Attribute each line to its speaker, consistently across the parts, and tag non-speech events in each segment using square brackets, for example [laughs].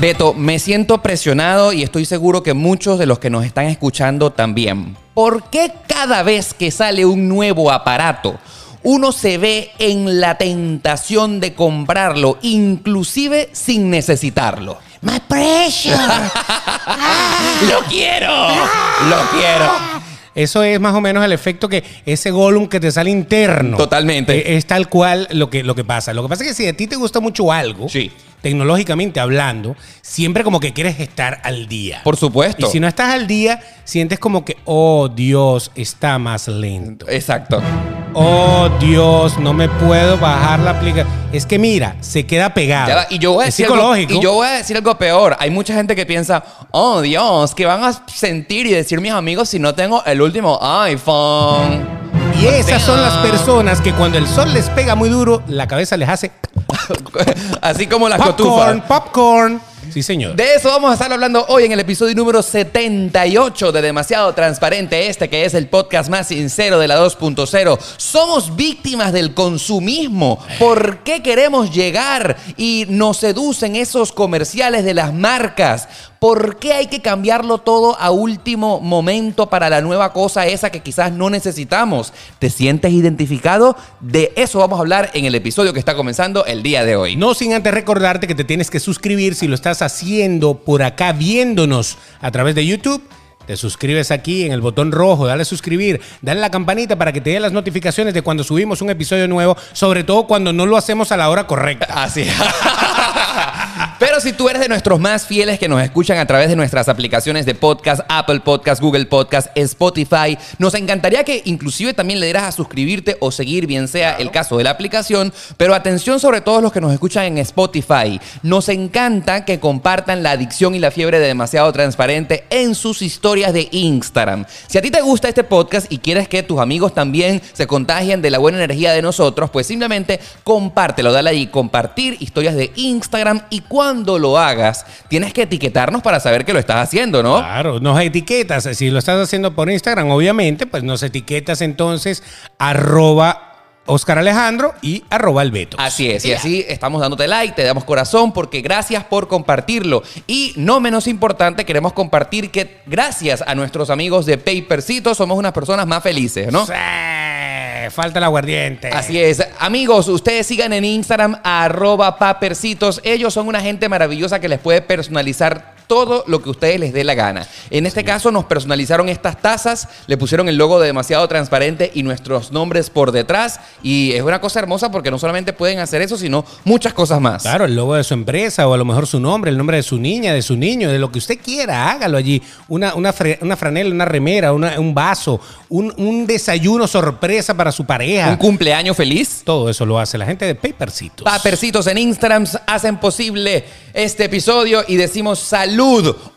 Speaker 1: Beto, me siento presionado y estoy seguro que muchos de los que nos están escuchando también. ¿Por qué cada vez que sale un nuevo aparato, uno se ve en la tentación de comprarlo, inclusive sin necesitarlo?
Speaker 2: My precious.
Speaker 1: [laughs] ¡Lo quiero! ¡Lo quiero!
Speaker 3: Eso es más o menos el efecto que ese Gollum que te sale interno.
Speaker 1: Totalmente.
Speaker 3: Eh, es tal cual lo que, lo que pasa. Lo que pasa es que si a ti te gusta mucho algo,
Speaker 1: Sí.
Speaker 3: tecnológicamente hablando, siempre como que quieres estar al día.
Speaker 1: Por
Speaker 3: y
Speaker 1: supuesto.
Speaker 3: si no estás al día, sientes como que, oh Dios, está más lento.
Speaker 1: Exacto.
Speaker 3: Oh Dios, no me puedo bajar la aplicación. Es que mira, se queda pegado.
Speaker 1: Ya va, Y yo, voy a
Speaker 3: Ah, es
Speaker 1: decir algo-
Speaker 3: psicológico.
Speaker 1: y yo voy a decir algo peor. Hay mucha gente que piensa, oh Dios, ¿qué van a sentir y decir mis amigos si no tengo el último iPhone? [laughs]
Speaker 3: Y esas son las personas que cuando el sol les pega muy duro, la cabeza les hace
Speaker 1: Así como las cotufas.
Speaker 3: popcorn, popcorn. Sí, señor.
Speaker 1: De eso vamos a estar hablando hoy en el episodio número 78 de Demasiado Transparente, este que es el podcast más sincero de la 2.0. Somos víctimas del consumismo. ¿Por qué queremos llegar y nos seducen esos comerciales de las marcas? ¿Por qué hay que cambiarlo todo a último momento para la nueva cosa esa que quizás no necesitamos? ¿Te sientes identificado? De eso vamos a hablar en el episodio que está comenzando el día de hoy.
Speaker 3: No sin antes recordarte que te tienes que suscribir si lo estás haciendo por acá viéndonos a través de YouTube. Te suscribes aquí en el botón rojo, dale a suscribir, dale a la campanita para que te dé las notificaciones de cuando subimos un episodio nuevo, sobre todo cuando no lo hacemos a la hora correcta.
Speaker 1: [laughs] Así. es. Pero si tú eres de nuestros más fieles que nos escuchan a través de nuestras aplicaciones de podcast, Apple Podcast, Google Podcast, Spotify, nos encantaría que inclusive también le dieras a suscribirte o seguir, bien sea el caso de la aplicación. Pero atención sobre todo los que nos escuchan en Spotify. Nos encanta que compartan la adicción y la fiebre de demasiado transparente en sus historias de Instagram. Si a ti te gusta este podcast y quieres que tus amigos también se contagien de la buena energía de nosotros, pues simplemente compártelo, dale ahí, compartir historias de Instagram y cuando lo hagas, tienes que etiquetarnos para saber que lo estás haciendo, ¿no?
Speaker 3: Claro, nos etiquetas. Si lo estás haciendo por Instagram, obviamente, pues nos etiquetas entonces arroba Oscar Alejandro y arroba el Beto.
Speaker 1: Así es, y así estamos dándote like, te damos corazón porque gracias por compartirlo. Y no menos importante, queremos compartir que gracias a nuestros amigos de Papercito somos unas personas más felices, ¿no?
Speaker 3: Sí, falta el aguardiente.
Speaker 1: Así es. Amigos, ustedes sigan en Instagram a arroba papercitos. Ellos son una gente maravillosa que les puede personalizar todo lo que ustedes les dé la gana. En este caso nos personalizaron estas tazas, le pusieron el logo de demasiado transparente y nuestros nombres por detrás. Y es una cosa hermosa porque no solamente pueden hacer eso, sino muchas cosas más.
Speaker 3: Claro, el logo de su empresa o a lo mejor su nombre, el nombre de su niña, de su niño, de lo que usted quiera, hágalo allí. Una, una, fre- una franela, una remera, una- un vaso, un, un desayuno sorpresa para su pareja.
Speaker 1: Un cumpleaños feliz.
Speaker 3: Todo eso lo hace la gente de Papercitos.
Speaker 1: Papercitos en Instagram hacen posible este episodio y decimos salud.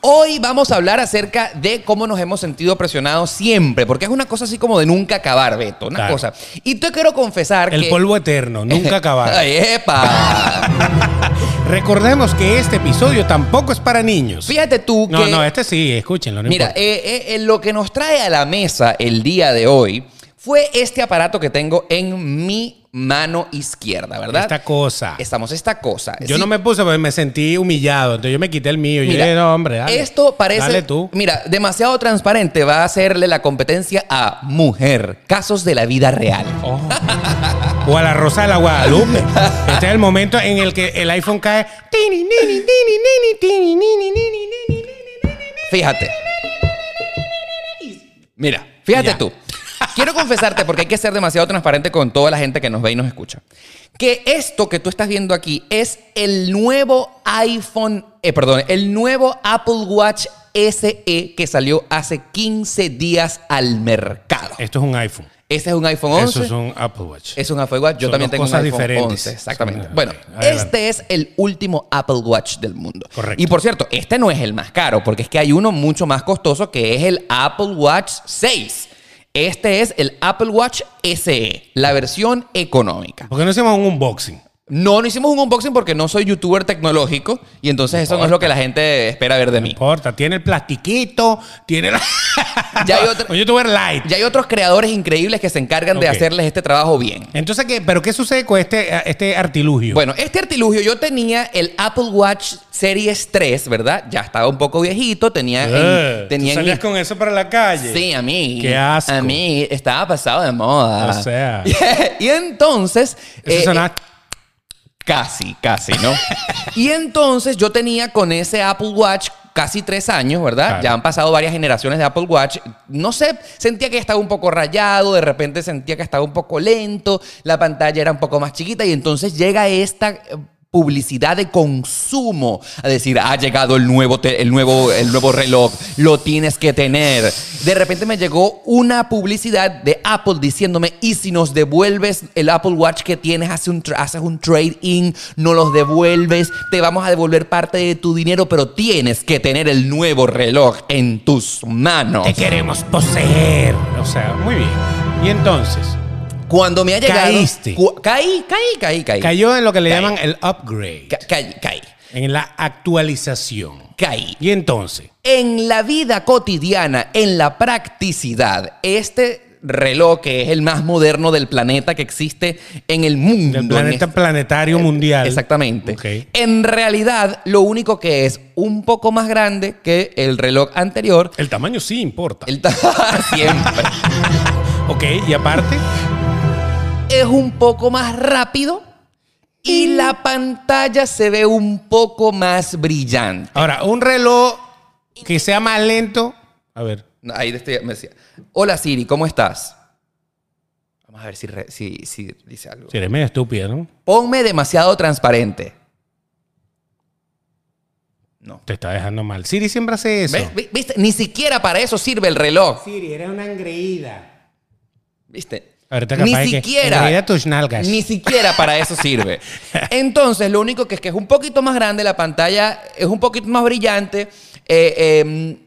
Speaker 1: Hoy vamos a hablar acerca de cómo nos hemos sentido presionados siempre, porque es una cosa así como de nunca acabar, Beto, una
Speaker 3: Claro.
Speaker 1: cosa. Y te quiero confesar que...
Speaker 3: el polvo
Speaker 1: [laughs]
Speaker 3: eterno, nunca acabado.
Speaker 1: Ay, ¡Epa!
Speaker 3: Recordemos que este episodio tampoco es para niños.
Speaker 1: Fíjate tú que...
Speaker 3: No, no, este sí, escúchenlo. No
Speaker 1: Mira,
Speaker 3: importa.
Speaker 1: eh, eh, eh, lo que nos trae a la mesa el día de hoy fue este aparato que tengo en mi mano izquierda, ¿verdad?
Speaker 3: esta cosa.
Speaker 1: Estamos esta cosa.
Speaker 3: yo
Speaker 1: Sí,
Speaker 3: no me puse porque me sentí humillado, entonces yo me quité el mío. yo
Speaker 1: Mira,
Speaker 3: dije, no, hombre, dale,
Speaker 1: esto parece.
Speaker 3: Dale tú.
Speaker 1: Mira, demasiado transparente va a hacerle la competencia a mujer. Casos de la vida real.
Speaker 3: Oh. O a la Rosa de la Guadalupe. [laughs] Este es el momento en el que el iPhone cae. Tini, nini, tini, nini, tini, nini, nini, nini, nini, nini.
Speaker 1: Fíjate. Mira, fíjate
Speaker 3: Ya.
Speaker 1: tú. Quiero confesarte, porque hay que ser demasiado transparente con toda la gente que nos ve y nos escucha, que esto que tú estás viendo aquí es el nuevo iPhone, eh, perdón, el nuevo Apple Watch SE que salió hace 15 días al mercado.
Speaker 3: Esto es un iPhone.
Speaker 1: Este es un iPhone 11.
Speaker 3: Eso es un Apple Watch.
Speaker 1: Es un Apple Watch. Yo
Speaker 3: Son
Speaker 1: también
Speaker 3: dos
Speaker 1: tengo un
Speaker 3: cosas
Speaker 1: iPhone
Speaker 3: diferentes.
Speaker 1: 11. Exactamente.
Speaker 3: Son-
Speaker 1: bueno,
Speaker 3: Adelante.
Speaker 1: este es el último Apple Watch del mundo.
Speaker 3: Correcto.
Speaker 1: Y por cierto, este no es el más caro, porque es que hay uno mucho más costoso que es el Apple Watch 6. Este es el Apple Watch SE, la versión económica.
Speaker 3: ¿Por qué no hacemos un unboxing?
Speaker 1: No, no hicimos un unboxing porque no soy youtuber tecnológico y entonces eso no es lo que la gente espera ver de mí.
Speaker 3: importa, tiene el plastiquito, tiene la...
Speaker 1: [laughs] Ya hay otra-
Speaker 3: Un youtuber light.
Speaker 1: Ya hay otros creadores increíbles que se encargan de
Speaker 3: Ok.
Speaker 1: hacerles este trabajo bien.
Speaker 3: Entonces, ¿qué? ¿pero qué sucede con este, este artilugio?
Speaker 1: Bueno, este artilugio yo tenía el Apple Watch Series 3, ¿verdad? Ya estaba un poco viejito, tenía... en-
Speaker 3: Eh,
Speaker 1: tenía
Speaker 3: tú
Speaker 1: en-
Speaker 3: salías con eso para la calle.
Speaker 1: Sí, a mí.
Speaker 3: Qué asco.
Speaker 1: A mí estaba pasado de moda.
Speaker 3: O sea.
Speaker 1: [laughs] y entonces...
Speaker 3: Eso
Speaker 1: eh,
Speaker 3: sonaba-
Speaker 1: Casi, casi, ¿no? [laughs] y entonces yo tenía con ese Apple Watch casi tres años, ¿verdad?
Speaker 3: Claro.
Speaker 1: Ya han pasado varias generaciones de Apple Watch. No sé, sentía que estaba un poco rayado, de repente sentía que estaba un poco lento, la pantalla era un poco más chiquita y entonces llega esta eh, publicidad de consumo a decir ha llegado el nuevo te- el nuevo el nuevo reloj lo tienes que tener de repente me llegó una publicidad de Apple diciéndome y si nos devuelves el Apple Watch que tienes hace un tra- haces un trade in no los devuelves te vamos a devolver parte de tu dinero pero tienes que tener el nuevo reloj en tus manos
Speaker 3: Te queremos poseer. O sea, muy bien. Y entonces,
Speaker 1: cuando me ha llegado
Speaker 3: Caíste.
Speaker 1: cu- caí caí caí caí
Speaker 3: cayó en lo que le
Speaker 1: Caí.
Speaker 3: llaman el upgrade,
Speaker 1: Ca- caí caí
Speaker 3: en la actualización.
Speaker 1: caí
Speaker 3: Y entonces,
Speaker 1: En la vida cotidiana, en la practicidad, este reloj que es el más moderno del planeta que existe en el mundo.
Speaker 3: del
Speaker 1: en
Speaker 3: planeta
Speaker 1: este-
Speaker 3: planetario mundial.
Speaker 1: Exactamente.
Speaker 3: Ok.
Speaker 1: En realidad, lo único que es un poco más grande que el reloj anterior,
Speaker 3: El tamaño sí importa.
Speaker 1: el [laughs] ta- siempre,
Speaker 3: Ok, y aparte,
Speaker 1: es un poco más rápido y la pantalla se ve un poco más brillante.
Speaker 3: ahora, un reloj que sea más lento. A ver,
Speaker 1: Ahí estoy- me decía, hola Siri, ¿cómo estás? Vamos a ver si, re- si, si dice algo.
Speaker 3: si eres medio estúpida, ¿no?
Speaker 1: Ponme demasiado transparente. No.
Speaker 3: Te está dejando mal. Siri siempre hace eso.
Speaker 1: ¿Ves? Vi- ¿Viste? Ni siquiera para eso sirve el reloj.
Speaker 3: Siri, eres una engreída.
Speaker 1: ¿Viste?
Speaker 3: Ahorita
Speaker 1: Ni
Speaker 3: capaz de que engreída
Speaker 1: siquiera.
Speaker 3: tus nalgas.
Speaker 1: Ni siquiera para eso
Speaker 3: [laughs]
Speaker 1: sirve. Entonces, lo único que es que es un poquito más grande, la pantalla es un poquito más brillante eh, eh,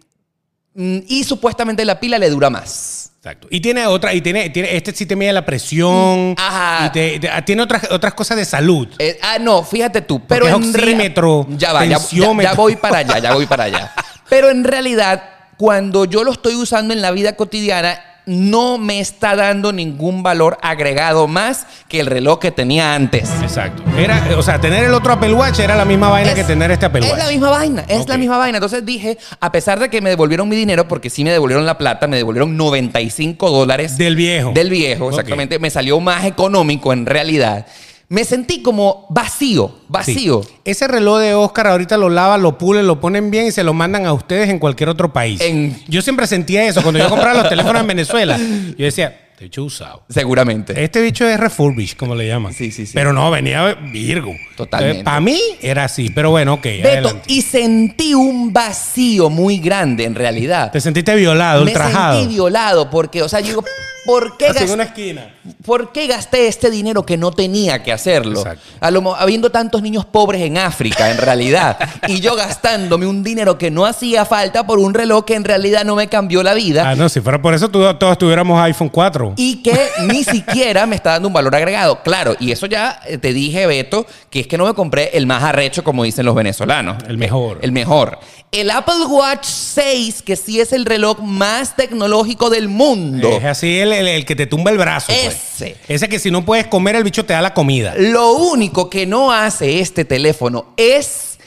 Speaker 1: mm, y supuestamente la pila le dura más.
Speaker 3: Exacto. Y tiene otra, y tiene, tiene este sí te mide la presión.
Speaker 1: Mm, Ajá.
Speaker 3: Y te- te- tiene otras, otras cosas de salud.
Speaker 1: Eh, ah, no, fíjate tú, pero
Speaker 3: es
Speaker 1: en rea-
Speaker 3: oxímetro,
Speaker 1: Ya va, ya, ya- ya
Speaker 3: tensiómetro.
Speaker 1: voy para allá, ya voy para
Speaker 3: [laughs]
Speaker 1: allá. Pero en realidad, cuando yo lo estoy usando en la vida cotidiana, no me está dando ningún valor agregado más que el reloj que tenía antes.
Speaker 3: Exacto. Era, eh, o sea, tener el otro Apple Watch era la misma vaina
Speaker 1: Es-
Speaker 3: que tener este Apple
Speaker 1: Es
Speaker 3: Watch.
Speaker 1: la misma vaina, es la
Speaker 3: Ok.
Speaker 1: misma vaina. Entonces dije, a pesar de que me devolvieron mi dinero, porque sí me devolvieron la plata, me devolvieron 95 dólares.
Speaker 3: Del viejo.
Speaker 1: Del viejo,
Speaker 3: Ok.
Speaker 1: exactamente. Me salió más económico en realidad. Me sentí como vacío,
Speaker 3: Sí.
Speaker 1: vacío.
Speaker 3: Ese reloj de Oscar ahorita lo lavan, lo pulen, lo ponen bien y se lo mandan a ustedes en cualquier otro país.
Speaker 1: En-
Speaker 3: Yo siempre sentía eso. Cuando yo compraba los teléfonos en Venezuela, yo decía, te hecho usado.
Speaker 1: Seguramente.
Speaker 3: Este bicho es refurbished, como le llaman.
Speaker 1: Sí, sí, sí.
Speaker 3: Pero no, venía Virgo.
Speaker 1: Totalmente.
Speaker 3: Para mí era así, pero bueno, ok.
Speaker 1: Beto,
Speaker 3: adelante.
Speaker 1: y sentí un vacío muy grande en realidad.
Speaker 3: Te sentiste violado,
Speaker 1: Me
Speaker 3: ultrajado.
Speaker 1: sentí violado porque, o sea, yo digo, [laughs] ¿por qué,
Speaker 3: Así en
Speaker 1: gas-
Speaker 3: una esquina.
Speaker 1: por qué gasté este dinero que no tenía que hacerlo?
Speaker 3: Exacto.
Speaker 1: A lo mo- habiendo tantos niños pobres en África, en realidad, y yo gastándome un dinero que no hacía falta por un reloj que en realidad no me cambió la vida.
Speaker 3: Ah, no, si fuera por eso tú- todos tuviéramos iPhone 4.
Speaker 1: y que ni siquiera me está dando un valor agregado. Claro, y eso ya eh, te dije, Beto, que es que no me compré el más arrecho, como dicen los venezolanos.
Speaker 3: El mejor.
Speaker 1: El mejor. El Apple Watch 6, que sí es el reloj más tecnológico del mundo.
Speaker 3: Es así el, el- el que te tumba el brazo. pues.
Speaker 1: Ese.
Speaker 3: Ese que si no puedes comer, el bicho te da la comida.
Speaker 1: Lo único que no hace este teléfono es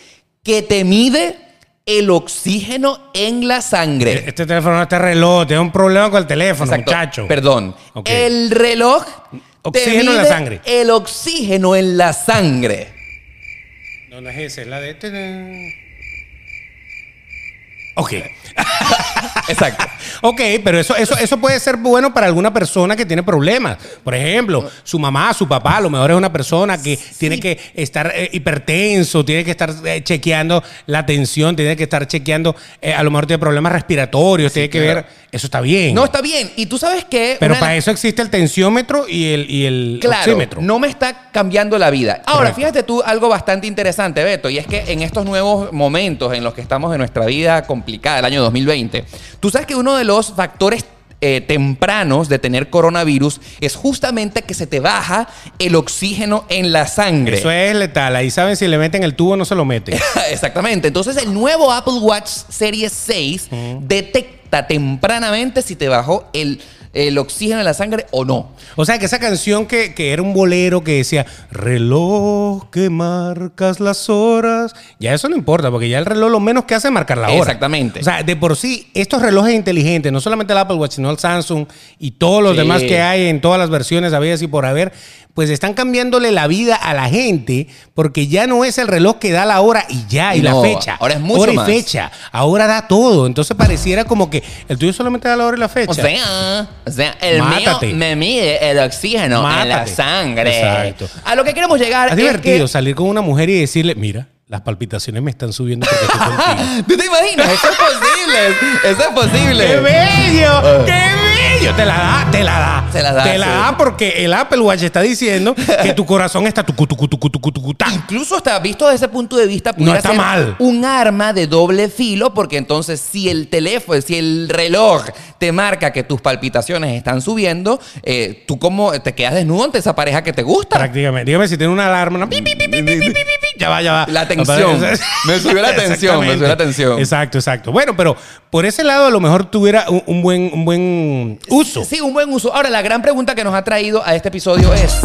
Speaker 1: que te mide el oxígeno en la sangre.
Speaker 3: Este teléfono, este reloj, tiene un problema con el teléfono,
Speaker 1: Exacto.
Speaker 3: muchacho.
Speaker 1: Perdón.
Speaker 3: Ok.
Speaker 1: El reloj.
Speaker 3: Oxígeno en la
Speaker 1: mide
Speaker 3: sangre.
Speaker 1: El oxígeno en la sangre.
Speaker 3: No, no es ese, es la de este. Ok. [laughs]
Speaker 1: Exacto.
Speaker 3: Ok, pero eso, eso, eso puede ser bueno para alguna persona que tiene problemas. Por ejemplo, su mamá, su papá, a lo mejor es una persona que tiene que estar eh, hipertenso, tiene que estar eh, chequeando la tensión, tiene que estar chequeando, eh, a lo mejor tiene problemas respiratorios, tiene que
Speaker 1: claro.
Speaker 3: ver. Eso está bien.
Speaker 1: No, está bien. Y tú sabes que.
Speaker 3: pero
Speaker 1: una-
Speaker 3: para eso existe el tensiómetro y el, y el
Speaker 1: Claro,
Speaker 3: oxímetro.
Speaker 1: no me está cambiando la vida. Ahora,
Speaker 3: Correcto.
Speaker 1: fíjate tú algo bastante interesante, Beto, y es que en estos nuevos momentos en los que estamos en nuestra vida complicada, el año 2020, tú sabes que uno de los factores eh, tempranos de tener coronavirus es justamente que se te baja el oxígeno en la sangre.
Speaker 3: Eso es letal. Ahí saben si le meten el tubo o no se lo meten.
Speaker 1: [laughs] Exactamente. Entonces, el nuevo Apple Watch Series 6 detecta tempranamente si te bajó el, el oxígeno en la sangre o no.
Speaker 3: O sea, que esa canción que, que era un bolero que decía, reloj que marcas las horas, ya eso no importa, porque ya el reloj lo menos que hace es marcar la hora.
Speaker 1: Exactamente.
Speaker 3: O sea, de por sí, estos relojes inteligentes, no solamente el Apple Watch, sino el Samsung y todos los
Speaker 1: Sí.
Speaker 3: demás que hay en todas las versiones habidas y por haber, pues están cambiándole la vida a la gente, porque ya no es el reloj que da la hora y ya, y
Speaker 1: No,
Speaker 3: la fecha.
Speaker 1: ahora es mucho
Speaker 3: Hora y
Speaker 1: más.
Speaker 3: fecha. Ahora da todo. Entonces pareciera como que el tuyo solamente da la hora y la fecha.
Speaker 1: O sea, o sea, el
Speaker 3: Mátate.
Speaker 1: mío me mide el oxígeno en la
Speaker 3: Mátate.
Speaker 1: sangre.
Speaker 3: Exacto.
Speaker 1: A lo que queremos llegar
Speaker 3: Es
Speaker 1: es
Speaker 3: divertido
Speaker 1: que-
Speaker 3: salir con una mujer y decirle, mira, las palpitaciones me están subiendo porque estoy contigo.
Speaker 1: ¿Tú [laughs] te imaginas? Eso es posible. Eso es posible.
Speaker 3: [laughs] ¡Qué bello! ¡Qué bello! Te la da, te la da.
Speaker 1: Eh. Se la da,
Speaker 3: Te la
Speaker 1: sí.
Speaker 3: da porque el Apple Watch está diciendo que tu corazón está tu tu
Speaker 1: Incluso hasta visto desde ese punto de vista, pudiera
Speaker 3: está
Speaker 1: ser
Speaker 3: mal.
Speaker 1: un arma de doble filo, porque entonces si el teléfono, si el reloj te marca que tus palpitaciones están subiendo, eh, tú como te quedas desnudo ante esa pareja que te gusta.
Speaker 3: Prácticamente. Dígame si tiene una alarma. una pi, pi, pi, pi, pi, pi, pi, pi. Ya va, ya va.
Speaker 1: La
Speaker 3: [laughs]
Speaker 1: tensión. Me subió la tensión, me subió la tensión.
Speaker 3: Exacto, exacto. Bueno, pero por ese lado a lo mejor tuviera un, un buen, un buen uso.
Speaker 1: Sí, un buen uso. Ahora, la gran pregunta que nos ha traído a este episodio es,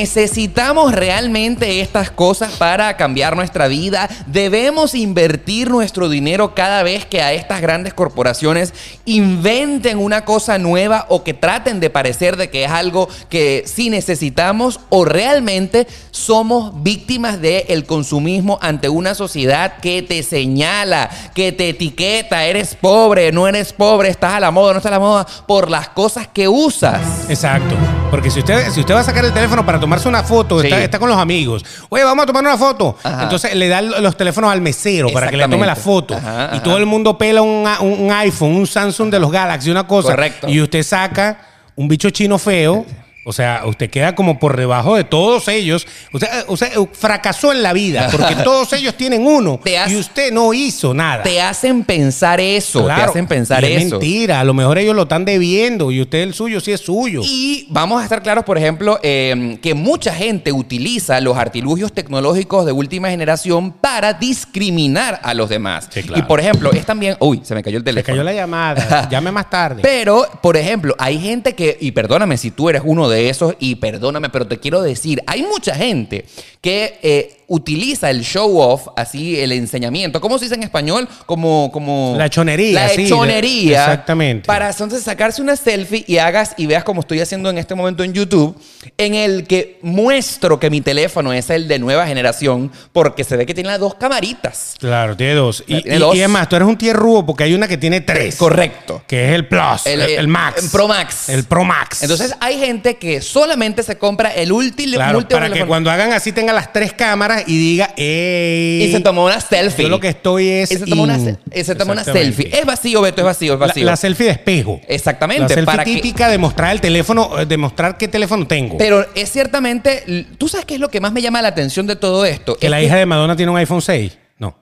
Speaker 1: ¿necesitamos realmente estas cosas para cambiar nuestra vida? ¿Debemos invertir nuestro dinero cada vez que a estas grandes corporaciones inventen una cosa nueva o que traten de parecer de que es algo que sí necesitamos o realmente somos víctimas del consumismo ante una sociedad que te señala, que te etiqueta, eres pobre, no eres pobre, estás a la moda, no estás a la moda, por las cosas que usas.
Speaker 3: Exacto. Porque si usted, si usted va a sacar el teléfono para tomarse una foto,
Speaker 1: Sí.
Speaker 3: está, está con los amigos. Oye, vamos a tomar una foto.
Speaker 1: Ajá.
Speaker 3: Entonces le da los teléfonos al mesero para que le tome la
Speaker 1: Exactamente.
Speaker 3: foto.
Speaker 1: Ajá,
Speaker 3: y
Speaker 1: ajá.
Speaker 3: todo el mundo pela un, a- un iPhone, un Samsung de los Galaxy, una cosa.
Speaker 1: Correcto.
Speaker 3: Y usted saca un bicho chino feo. O sea, usted queda como por debajo de todos ellos. Usted, eh, usted, eh, fracasó en
Speaker 1: [laughs]
Speaker 3: la vida porque todos ellos tienen uno
Speaker 1: Te has-
Speaker 3: y usted no hizo nada.
Speaker 1: Te hacen pensar eso, te
Speaker 3: Claro.
Speaker 1: hacen pensar
Speaker 3: Y es
Speaker 1: eso.
Speaker 3: mentira. A lo mejor ellos lo están debiendo y usted el suyo sí es suyo.
Speaker 1: Y vamos a estar claros, por ejemplo, eh, que mucha gente utiliza los artilugios tecnológicos de última generación para discriminar a los demás.
Speaker 3: Sí,
Speaker 1: Y
Speaker 3: claro.
Speaker 1: por ejemplo, es también. Uy, se me cayó el
Speaker 3: Le
Speaker 1: teléfono.
Speaker 3: cayó la
Speaker 1: [laughs]
Speaker 3: llamada. Llame más tarde.
Speaker 1: Pero, por ejemplo, hay gente que, y perdóname si tú eres uno de esos, y perdóname, pero te quiero decir, hay mucha gente que eh, utiliza el show off, así, el enseñamiento, ¿cómo se dice en español? Como, como...
Speaker 3: La chonería,
Speaker 1: La
Speaker 3: sí,
Speaker 1: chonería.
Speaker 3: exactamente.
Speaker 1: Para entonces sacarse una selfie y hagas y veas como estoy haciendo en este momento en YouTube, en el que muestro que mi teléfono es el de nueva generación, porque se ve que tiene las dos camaritas.
Speaker 3: Claro, tiene dos. Y,
Speaker 1: Tiene
Speaker 3: y-
Speaker 1: dos.
Speaker 3: y es más, tú eres un tierrúo porque hay una que tiene tres.
Speaker 1: Correcto.
Speaker 3: Que es el Plus, el,
Speaker 1: El- eh,
Speaker 3: el Max.
Speaker 1: el Pro Max.
Speaker 3: El Pro Max.
Speaker 1: Entonces hay gente que solamente se compra el último
Speaker 3: claro,
Speaker 1: último
Speaker 3: para que
Speaker 1: teléfono
Speaker 3: cuando hagan así tenga las tres cámaras y diga, ¡Ey!
Speaker 1: y se tomó una selfie.
Speaker 3: Yo lo que estoy es.
Speaker 1: y se tomó una,
Speaker 3: in".
Speaker 1: se- y se tomó una
Speaker 3: Exactamente.
Speaker 1: selfie. Es vacío, Beto, es vacío, es
Speaker 3: La,
Speaker 1: vacío.
Speaker 3: la selfie de espejo.
Speaker 1: Exactamente,
Speaker 3: La selfie
Speaker 1: para que-
Speaker 3: típica de mostrar el teléfono, eh, de mostrar qué teléfono tengo.
Speaker 1: Pero es ciertamente, l- ¿tú sabes qué es lo que más me llama la atención de todo esto?
Speaker 3: que
Speaker 1: Es
Speaker 3: la hija de Madonna tiene un iPhone 6. No.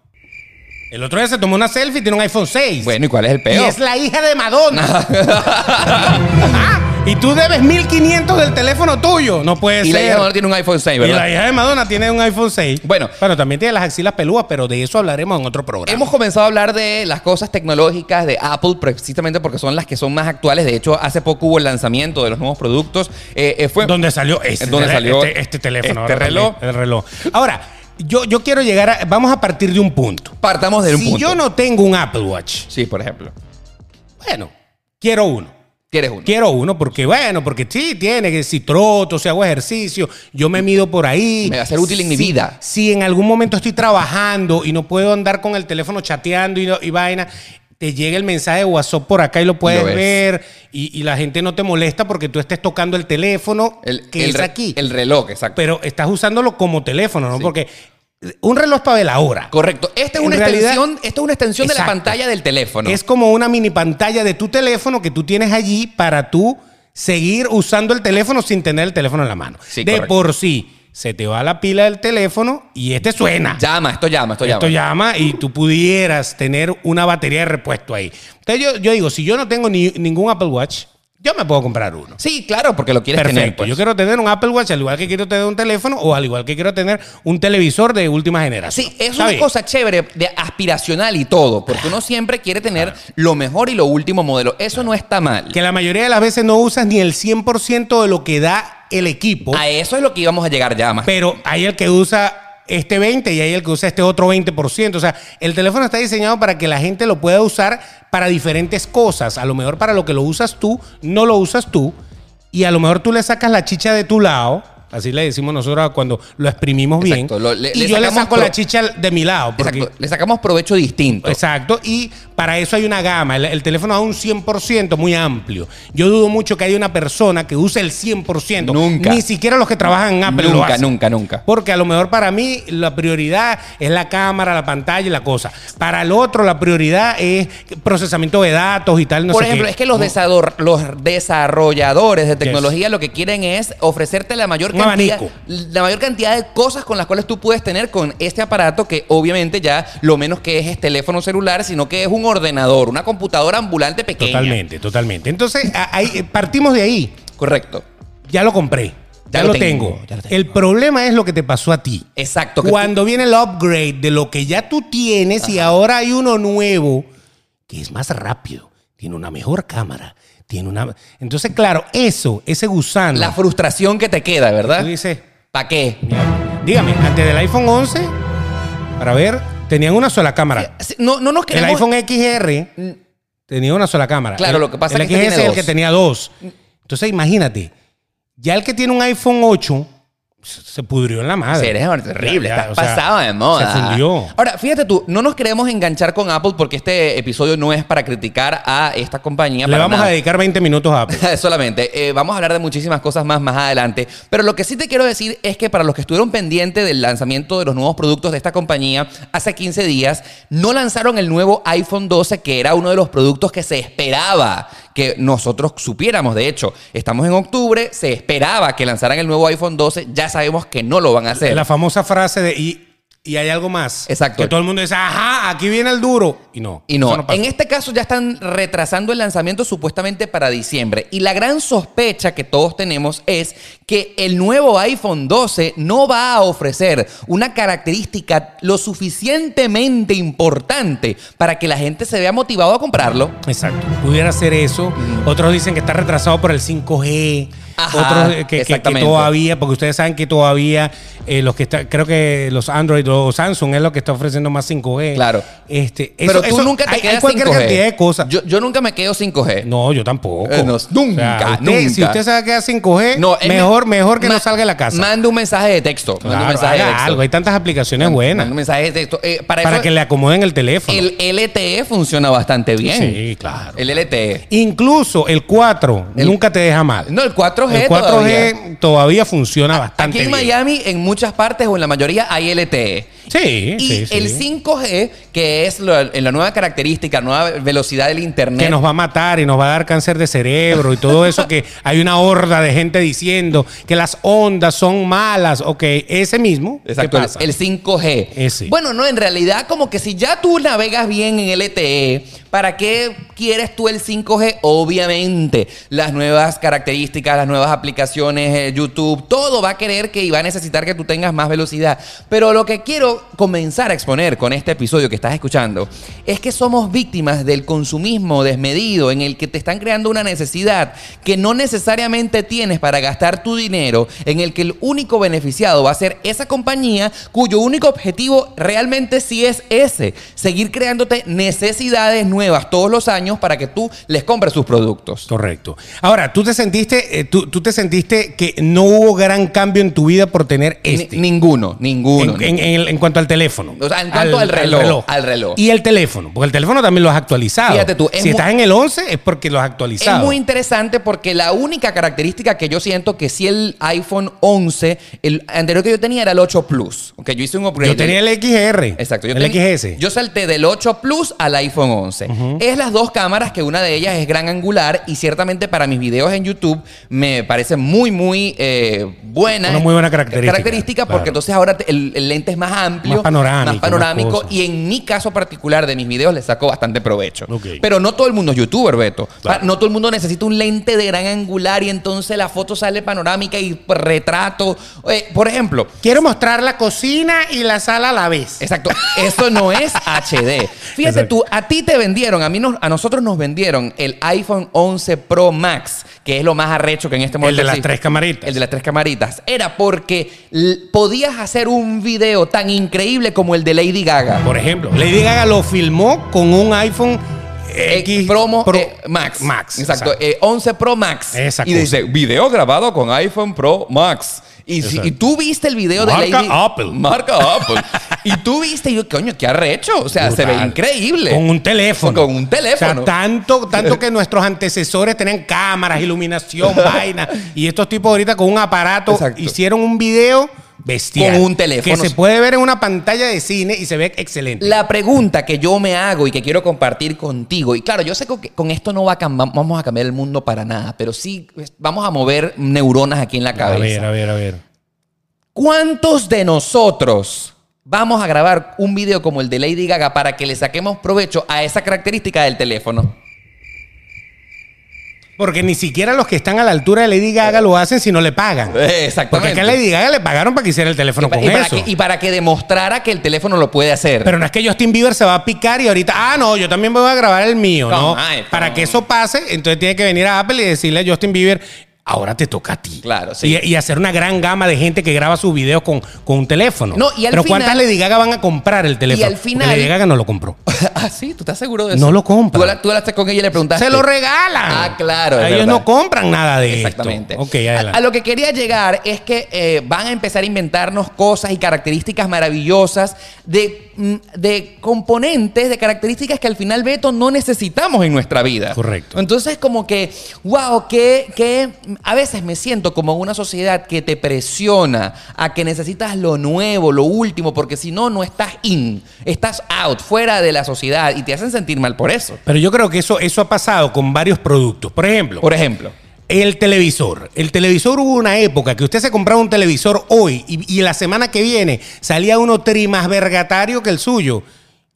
Speaker 3: El otro día se tomó una selfie y tiene un iPhone 6.
Speaker 1: Bueno, ¿y cuál es el
Speaker 3: Y
Speaker 1: peor?
Speaker 3: es la hija de Madonna.
Speaker 1: [laughs]
Speaker 3: Ah, y tú debes 1500 del teléfono tuyo. No puede
Speaker 1: Y la
Speaker 3: ser.
Speaker 1: hija no tiene un iPhone 6,
Speaker 3: y
Speaker 1: ¿verdad?
Speaker 3: la hija de Madonna tiene un iPhone 6.
Speaker 1: Bueno.
Speaker 3: Bueno, también tiene las axilas pelúas, pero de eso hablaremos en otro programa.
Speaker 1: Hemos comenzado a hablar de las cosas tecnológicas de Apple precisamente porque son las que son más actuales. De hecho, hace poco hubo el lanzamiento de los nuevos productos. Eh, eh, fue...
Speaker 3: ¿Dónde salió este,
Speaker 1: ¿Dónde
Speaker 3: tele-
Speaker 1: salió
Speaker 3: este, este teléfono?
Speaker 1: este
Speaker 3: ahora
Speaker 1: reloj?
Speaker 3: también, el reloj. Ahora, yo, yo quiero llegar a. Vamos a partir de un punto.
Speaker 1: Partamos de un
Speaker 3: si
Speaker 1: punto.
Speaker 3: yo no tengo un Apple Watch,
Speaker 1: Sí, por ejemplo.
Speaker 3: bueno, quiero uno.
Speaker 1: ¿Quieres uno?
Speaker 3: Quiero uno porque, bueno, porque sí, tiene que si troto, si hago ejercicio, yo me mido por ahí.
Speaker 1: Me va a ser útil en mi
Speaker 3: Si-
Speaker 1: vida.
Speaker 3: Si en algún momento estoy trabajando y no puedo andar con el teléfono chateando y, no- y vaina, te llega el mensaje de WhatsApp por acá y lo puedes
Speaker 1: Lo ves.
Speaker 3: ver y, y la gente no te molesta porque tú estés tocando el teléfono que es
Speaker 1: re-
Speaker 3: aquí.
Speaker 1: El reloj, exacto.
Speaker 3: pero estás usándolo como teléfono, ¿no? Porque un reloj es para ver la hora.
Speaker 1: Correcto. Esta es
Speaker 3: En
Speaker 1: una
Speaker 3: realidad-
Speaker 1: extensión, esta es una extensión de la
Speaker 3: Exacto.
Speaker 1: pantalla del teléfono.
Speaker 3: Es como una mini pantalla de tu teléfono que tú tienes allí para tú seguir usando el teléfono sin tener el teléfono en la mano.
Speaker 1: Sí,
Speaker 3: de
Speaker 1: correcto.
Speaker 3: por sí. se te va la pila del teléfono y este suena.
Speaker 1: Llama, esto llama, esto,
Speaker 3: Esto
Speaker 1: llama.
Speaker 3: llama y tú pudieras tener una batería de repuesto ahí. Entonces yo, yo digo, si yo no tengo ni- ningún Apple Watch, yo me puedo comprar uno.
Speaker 1: Sí, claro, porque lo quieres
Speaker 3: Perfecto.
Speaker 1: tener. pues.
Speaker 3: Yo quiero tener un Apple Watch al igual que quiero tener un teléfono o al igual que quiero tener un televisor de última generación.
Speaker 1: Sí, es
Speaker 3: Está
Speaker 1: una
Speaker 3: bien.
Speaker 1: cosa chévere, de aspiracional y todo, porque uno siempre quiere tener lo mejor y lo último modelo. Eso no está mal.
Speaker 3: Que la mayoría de las veces no usas ni el 100% de lo que da el equipo,
Speaker 1: A eso es lo que íbamos a llegar ya más.
Speaker 3: pero hay el que usa este 20 y hay el que usa este otro 20%. O sea, el teléfono está diseñado para que la gente lo pueda usar para diferentes cosas. A lo mejor para lo que lo usas tú, no lo usas tú. Y a lo mejor tú le sacas la chicha de tu lado. Así le decimos nosotros cuando lo exprimimos
Speaker 1: Exacto,
Speaker 3: bien.
Speaker 1: lo- le-
Speaker 3: y
Speaker 1: le
Speaker 3: yo le
Speaker 1: sacamos
Speaker 3: saco
Speaker 1: pro-
Speaker 3: la chicha de mi lado. Porque Pues,
Speaker 1: Exacto. Le sacamos provecho distinto.
Speaker 3: Exacto, y para eso hay una gama. El, el teléfono a un 100% muy amplio. Yo dudo mucho que haya una persona que use el 100%.
Speaker 1: Nunca.
Speaker 3: Ni siquiera los que trabajan en Apple ah, lo
Speaker 1: Nunca,
Speaker 3: hacen.
Speaker 1: nunca, nunca.
Speaker 3: Porque a lo mejor para mí la prioridad es la cámara, la pantalla y la cosa. Para el otro la prioridad es procesamiento de datos y tal. No
Speaker 1: Por
Speaker 3: sé
Speaker 1: ejemplo,
Speaker 3: qué.
Speaker 1: es que los, desador- los desarrolladores de tecnología lo que quieren es ofrecerte la mayor,
Speaker 3: Un
Speaker 1: cantidad,
Speaker 3: abanico.
Speaker 1: la mayor cantidad de cosas con las cuales tú puedes tener con este aparato que obviamente ya lo menos que es, es teléfono celular, sino que es un ordenador, una computadora ambulante pequeña.
Speaker 3: Totalmente, totalmente. Entonces, a- ahí- partimos de ahí.
Speaker 1: Correcto.
Speaker 3: Ya lo compré. Ya,
Speaker 1: Ya
Speaker 3: lo
Speaker 1: lo
Speaker 3: tengo.
Speaker 1: tengo, ya lo tengo.
Speaker 3: El problema es lo que te pasó a ti.
Speaker 1: Exacto. que tú-
Speaker 3: Cuando viene el upgrade de lo que ya tú tienes y ahora hay uno nuevo que es más rápido, tiene una mejor cámara, tiene una... Entonces, claro, eso, ese gusano...
Speaker 1: la frustración que te queda,
Speaker 3: tú
Speaker 1: ¿verdad?
Speaker 3: dices,
Speaker 1: ¿Para qué?
Speaker 3: mira, dígame, antes del iPhone 11, para ver, tenían una sola cámara.
Speaker 1: Sí, No, no nos
Speaker 3: El
Speaker 1: queremos... Mm.
Speaker 3: iPhone XR tenía una sola cámara.
Speaker 1: Claro,
Speaker 3: El-
Speaker 1: lo que pasa
Speaker 3: el
Speaker 1: es que este
Speaker 3: XS
Speaker 1: tiene
Speaker 3: es el que
Speaker 1: dos. Mm.
Speaker 3: tenía dos. Entonces, imagínate, ya el que tiene un iPhone 8 se se pudrió en la madre.
Speaker 1: Sí, eres terrible,
Speaker 3: Ya, ya,
Speaker 1: estás
Speaker 3: o sea,
Speaker 1: pasado de moda.
Speaker 3: Se fundió.
Speaker 1: Ahora, fíjate tú, no nos queremos enganchar con Apple porque este episodio no es para criticar a esta compañía.
Speaker 3: Le
Speaker 1: para
Speaker 3: vamos
Speaker 1: nada.
Speaker 3: a dedicar 20 minutos a
Speaker 1: [laughs]
Speaker 3: Apple.
Speaker 1: Solamente, eh, vamos a hablar de muchísimas cosas más más adelante, pero lo que sí te quiero decir es que para los que estuvieron pendientes del lanzamiento de los nuevos productos de esta compañía hace 15 días, no lanzaron el nuevo iPhone 12, que era uno de los productos que se esperaba que nosotros supiéramos. De hecho, estamos en octubre, se esperaba que lanzaran el nuevo iPhone 12, ya sabemos que no lo van a hacer.
Speaker 3: La famosa frase de y, y hay algo más.
Speaker 1: Exacto.
Speaker 3: Que todo el mundo dice, ajá, aquí viene el duro. Y no.
Speaker 1: Y
Speaker 3: eso
Speaker 1: no,
Speaker 3: pasa.
Speaker 1: en este caso ya están retrasando el lanzamiento supuestamente para diciembre. Y la gran sospecha que todos tenemos es que el nuevo iPhone 12 no va a ofrecer una característica lo suficientemente importante para que la gente se vea motivado a comprarlo.
Speaker 3: Exacto. Pudiera ser eso. Otros dicen que está retrasado por el 5G.
Speaker 1: Ajá,
Speaker 3: Otros eh, que- que, que,
Speaker 1: exactamente.
Speaker 3: todavía, porque ustedes saben que todavía eh, los que está, creo que los Android o Samsung es lo que está ofreciendo más 5G.
Speaker 1: Claro.
Speaker 3: Este,
Speaker 1: Pero tú nunca te
Speaker 3: hay,
Speaker 1: quedas
Speaker 3: hay cualquier
Speaker 1: 5G.
Speaker 3: cantidad de cosas.
Speaker 1: Yo, yo nunca me quedo 5G.
Speaker 3: no, yo tampoco.
Speaker 1: Eh, no, nunca,
Speaker 3: usted-
Speaker 1: nunca.
Speaker 3: Si usted se va a quedar 5G,
Speaker 1: No, él me-
Speaker 3: mejor, mejor que
Speaker 1: ma-
Speaker 3: no salga de la casa.
Speaker 1: Mande un mensaje de texto. manda
Speaker 3: Claro,
Speaker 1: un mensaje
Speaker 3: haga
Speaker 1: de texto.
Speaker 3: algo. Hay tantas aplicaciones buenas
Speaker 1: Manda un mensaje de texto. Eh, para,
Speaker 3: para
Speaker 1: eso
Speaker 3: que le acomoden el teléfono.
Speaker 1: el LTE funciona bastante bien.
Speaker 3: Sí, claro.
Speaker 1: El LTE.
Speaker 3: Incluso el 4
Speaker 1: El-
Speaker 3: nunca te deja mal.
Speaker 1: No, el 4G.
Speaker 3: el 4G
Speaker 1: todavía.
Speaker 3: todavía, funciona bastante
Speaker 1: Aquí en
Speaker 3: bien.
Speaker 1: Miami, en muchas partes o en la mayoría, hay LTE.
Speaker 3: Sí,
Speaker 1: Y
Speaker 3: sí, sí.
Speaker 1: el 5G, que es lo- la nueva característica, nueva velocidad del Internet.
Speaker 3: que nos va a matar y nos va a dar cáncer de cerebro y todo
Speaker 1: [laughs]
Speaker 3: eso que hay una horda de gente diciendo que las ondas son malas o que ese mismo
Speaker 1: Exacto,
Speaker 3: ¿qué
Speaker 1: el-
Speaker 3: pasa?
Speaker 1: el 5G.
Speaker 3: Ese.
Speaker 1: Bueno, no, en realidad como que si ya tú navegas bien en LTE, E, ¿para qué quieres tú el 5G? Obviamente, las nuevas características, las nuevas aplicaciones, eh, YouTube, todo va a querer que y va a necesitar que tú tengas más velocidad. Pero lo que quiero comenzar a exponer con este episodio que estás escuchando es que somos víctimas del consumismo desmedido en el que te están creando una necesidad que no necesariamente tienes para gastar tu dinero, en el que el único beneficiado va a ser esa compañía cuyo único objetivo realmente sí es ese, seguir creándote necesidades nuevas todos los años para que tú les compres sus productos.
Speaker 3: Correcto. Ahora, tú te sentiste, eh, tú, tú te sentiste que no hubo gran cambio en tu vida por tener
Speaker 1: Ni-
Speaker 3: este.
Speaker 1: ninguno, ninguno.
Speaker 3: en, en- en el- en cuanto al teléfono.
Speaker 1: O sea, en cuanto al reloj, al reloj.
Speaker 3: Y el teléfono, porque el teléfono también lo has actualizado.
Speaker 1: Fíjate tú, es
Speaker 3: si
Speaker 1: mu-
Speaker 3: estás en el 11 es porque lo has actualizado.
Speaker 1: Es muy interesante porque la única característica que yo siento que si el iPhone 11, el anterior que yo tenía era el 8 Plus. Ok, yo hice un upgrade.
Speaker 3: yo tenía el XR.
Speaker 1: Exacto. Yo
Speaker 3: el
Speaker 1: ten-
Speaker 3: XS.
Speaker 1: Yo salté del 8 Plus al iPhone 11. Es las dos cámaras que una de ellas es gran angular y ciertamente para mis videos en YouTube me parece muy, muy eh, buena.
Speaker 3: Una muy buena característica,
Speaker 1: Característica porque
Speaker 3: claro.
Speaker 1: entonces ahora te- el, el lente es más amplio.
Speaker 3: Más panorámico,
Speaker 1: Más panorámico
Speaker 3: más cosas.
Speaker 1: y en mi caso particular de mis videos le saco bastante provecho.
Speaker 3: Ok.
Speaker 1: Pero no todo el mundo es youtuber, Beto. O sea,
Speaker 3: Claro.
Speaker 1: no todo el mundo necesita un lente de gran angular y entonces la foto sale panorámica y retrato. Eh, por ejemplo,
Speaker 3: Quiero mostrar la cocina y la sala a la vez.
Speaker 1: Exacto, eso no es HD. Fíjate
Speaker 3: Exacto.
Speaker 1: tú, a ti te vendieron, a mí nos- a nosotros nos vendieron el iPhone 11 Pro Max, que es lo más arrecho que en este momento
Speaker 3: de las
Speaker 1: existe.
Speaker 3: tres camaritas.
Speaker 1: El de las tres camaritas. Era porque l- podías hacer un video tan increíble como el de Lady Gaga.
Speaker 3: Por ejemplo, Lady Gaga lo filmó con un iPhone
Speaker 1: X
Speaker 3: X
Speaker 1: promo
Speaker 3: Pro-
Speaker 1: eh, Max.
Speaker 3: Max.
Speaker 1: Exacto.
Speaker 3: exacto.
Speaker 1: eh, 11 Pro Max.
Speaker 3: Esa
Speaker 1: y
Speaker 3: cosa.
Speaker 1: dice, video grabado con iPhone Pro Max. Y, si-
Speaker 3: Exacto.
Speaker 1: y tú viste el video de
Speaker 3: Marca
Speaker 1: Lady...
Speaker 3: Apple. [laughs]
Speaker 1: Marca Apple. y tú viste, y yo, coño, qué arrecho. O sea, se ve
Speaker 3: Brutal.
Speaker 1: increíble.
Speaker 3: Con un teléfono.
Speaker 1: Con un teléfono.
Speaker 3: O sea, tanto, tanto que nuestros antecesores tenían
Speaker 1: [laughs]
Speaker 3: cámaras, iluminación, vaina. Y estos tipos ahorita con un aparato
Speaker 1: Exacto.
Speaker 3: hicieron un video bestial.
Speaker 1: Con un teléfono.
Speaker 3: Que se puede ver en una pantalla de cine y se ve excelente.
Speaker 1: La pregunta que yo me hago y que quiero compartir contigo, y claro, yo sé que con esto no va a cam- vamos a cambiar el mundo para nada, pero sí pues, vamos a mover neuronas aquí en la cabeza.
Speaker 3: a ver, a ver.
Speaker 1: ¿Cuántos de nosotros vamos a grabar un video como el de Lady Gaga para que le saquemos provecho a esa característica del teléfono?
Speaker 3: Porque ni siquiera los que están a la altura de Lady Gaga lo hacen si no le pagan.
Speaker 1: Eh,
Speaker 3: Porque
Speaker 1: Exactamente.
Speaker 3: acá a Lady Gaga le pagaron para que hiciera el teléfono con
Speaker 1: y, para
Speaker 3: eso.
Speaker 1: que, y para que demostrara que el teléfono lo puede hacer.
Speaker 3: Pero no es que Justin Bieber se va a picar y ahorita, ah, no, yo también voy a grabar el mío,
Speaker 1: Con
Speaker 3: ¿no?
Speaker 1: iPhone.
Speaker 3: Para que eso pase, entonces tiene que venir a Apple y decirle a Justin Bieber, ahora te toca a ti.
Speaker 1: Claro, sí.
Speaker 3: Y, y hacer una gran gama de gente que graba sus videos con, con un teléfono.
Speaker 1: No, y al
Speaker 3: Pero
Speaker 1: final-
Speaker 3: ¿cuántas Lady Gaga van a comprar el teléfono?
Speaker 1: Y al final-
Speaker 3: Porque Lady Gaga no
Speaker 1: [laughs]
Speaker 3: lo compró.
Speaker 1: [laughs] ah, sí, ¿tú estás seguro de eso?
Speaker 3: No lo compra.
Speaker 1: Tú, la- tú hablaste con ella y le preguntaste.
Speaker 3: se lo regalan.
Speaker 1: Ah, claro, es
Speaker 3: Ellos
Speaker 1: verdad.
Speaker 3: no compran nada de esto.
Speaker 1: Exactamente.
Speaker 3: Ok,
Speaker 1: A-
Speaker 3: adelante.
Speaker 1: a, lo que quería llegar es que eh, van a empezar a inventarnos cosas y características maravillosas de, mm, de componentes, de características que al final, Beto, no necesitamos en nuestra vida.
Speaker 3: Correcto.
Speaker 1: Entonces, como que, wow, que, que a veces me siento como en una sociedad que te presiona a que necesitas lo nuevo, lo último, porque si no, no estás in, estás out, fuera de la sociedad y te hacen sentir mal por eso.
Speaker 3: Pero yo creo que eso, eso ha pasado con varios productos. Por ejemplo,
Speaker 1: Por ejemplo.
Speaker 3: El televisor. El televisor hubo una época que usted se compraba un televisor hoy y, y la semana que viene salía uno trimas vergatario que el suyo.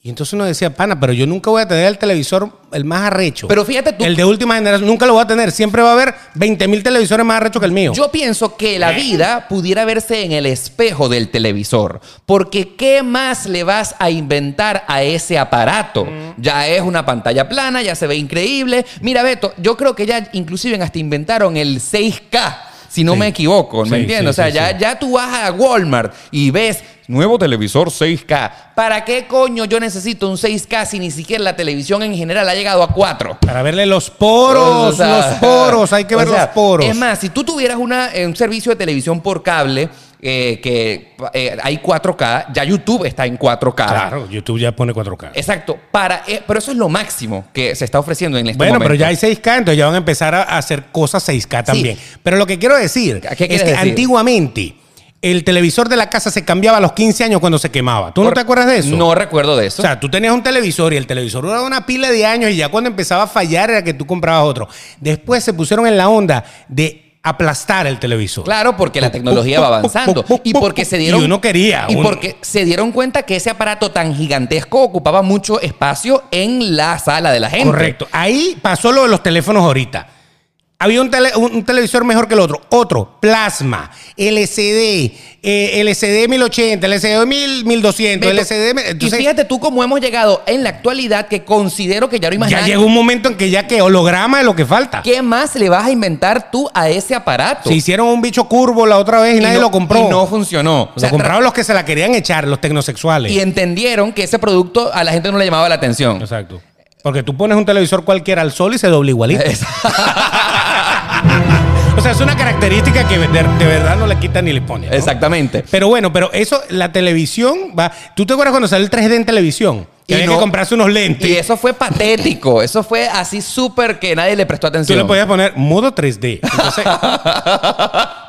Speaker 3: Y entonces uno decía, pana, pero yo nunca voy a tener el televisor el más arrecho.
Speaker 1: Pero fíjate tú-
Speaker 3: El de última generación nunca lo voy a tener. Siempre va a haber 20 mil televisores más arrechos que el mío.
Speaker 1: Yo pienso que la vida pudiera verse en el espejo del televisor, porque ¿qué más le vas a inventar a ese aparato?
Speaker 3: Mm.
Speaker 1: Ya es una pantalla plana, ya se ve increíble. Mira, Beto, yo creo que ya inclusive hasta inventaron el 6K. Si no
Speaker 3: Sí.
Speaker 1: me equivoco, ¿me
Speaker 3: Sí,
Speaker 1: entiendes?
Speaker 3: sí,
Speaker 1: o sea,
Speaker 3: sí,
Speaker 1: ya,
Speaker 3: sí.
Speaker 1: ya tú vas a Walmart y ves nuevo televisor 6K. ¿Para qué coño yo necesito un 6K si ni siquiera la televisión en general ha llegado a 4?
Speaker 3: Para verle los poros,
Speaker 1: O sea,
Speaker 3: los poros, hay que
Speaker 1: o
Speaker 3: ver
Speaker 1: sea,
Speaker 3: los poros.
Speaker 1: Es más, si tú tuvieras una, eh, un servicio de televisión por cable eh, que eh, hay 4K, ya YouTube está en 4K.
Speaker 3: Claro, YouTube ya pone 4K.
Speaker 1: Exacto, para, eh, pero eso es lo máximo que se está ofreciendo en este
Speaker 3: Bueno,
Speaker 1: momento.
Speaker 3: pero ya hay 6K, entonces ya van a empezar a hacer cosas 6K también. Pero lo que quiero decir
Speaker 1: ¿Qué
Speaker 3: es
Speaker 1: quieres
Speaker 3: que
Speaker 1: decir?
Speaker 3: antiguamente el televisor de la casa se cambiaba a los 15 años cuando se quemaba. ¿Tú no
Speaker 1: Por-
Speaker 3: te acuerdas de eso?
Speaker 1: No recuerdo de eso.
Speaker 3: O sea, tú tenías un televisor y el televisor duraba una pila de años y ya cuando empezaba a fallar era que tú comprabas otro. Después se pusieron en la onda de aplastar el televisor.
Speaker 1: Claro, porque la tecnología va avanzando y porque se dieron
Speaker 3: Y uno quería.
Speaker 1: y
Speaker 3: uno-
Speaker 1: porque se dieron cuenta que ese aparato tan gigantesco ocupaba mucho espacio en la sala de la gente.
Speaker 3: Correcto. Ahí pasó lo de los teléfonos ahorita. Había un, tele- un- un televisor mejor que el otro. Otro, plasma, LCD, eh, LCD 1080, LCD 1000,
Speaker 1: Beto,
Speaker 3: 1200, LCD... me-
Speaker 1: y
Speaker 3: Entonces,
Speaker 1: fíjate tú cómo hemos llegado en la actualidad que considero que ya no hay más
Speaker 3: ya
Speaker 1: nada.
Speaker 3: llegó un momento en que ya que holograma es lo que falta.
Speaker 1: ¿Qué más le vas a inventar tú a ese aparato?
Speaker 3: Se hicieron un bicho curvo la otra vez y, nadie
Speaker 1: no-
Speaker 3: lo compró.
Speaker 1: Y no funcionó. O sea,
Speaker 3: lo compraron los que se la querían echar, los tecnosexuales.
Speaker 1: y entendieron que ese producto a la gente no le llamaba la atención.
Speaker 3: Exacto. Porque tú pones un televisor cualquiera al sol y se dobla igualito.
Speaker 1: Es-
Speaker 3: [laughs] O sea, es una característica que de, de verdad no le quita ni le pone. ¿no?
Speaker 1: Exactamente.
Speaker 3: Pero bueno, pero eso, la televisión va. ¿Tú te acuerdas cuando salió el 3D en televisión? Y
Speaker 1: Y
Speaker 3: había que
Speaker 1: no-
Speaker 3: comprarse unos lentes.
Speaker 1: Y eso fue patético. Eso fue así súper que nadie le prestó
Speaker 3: Tú
Speaker 1: atención.
Speaker 3: le podías poner modo 3D.
Speaker 1: [laughs]
Speaker 3: Entonces,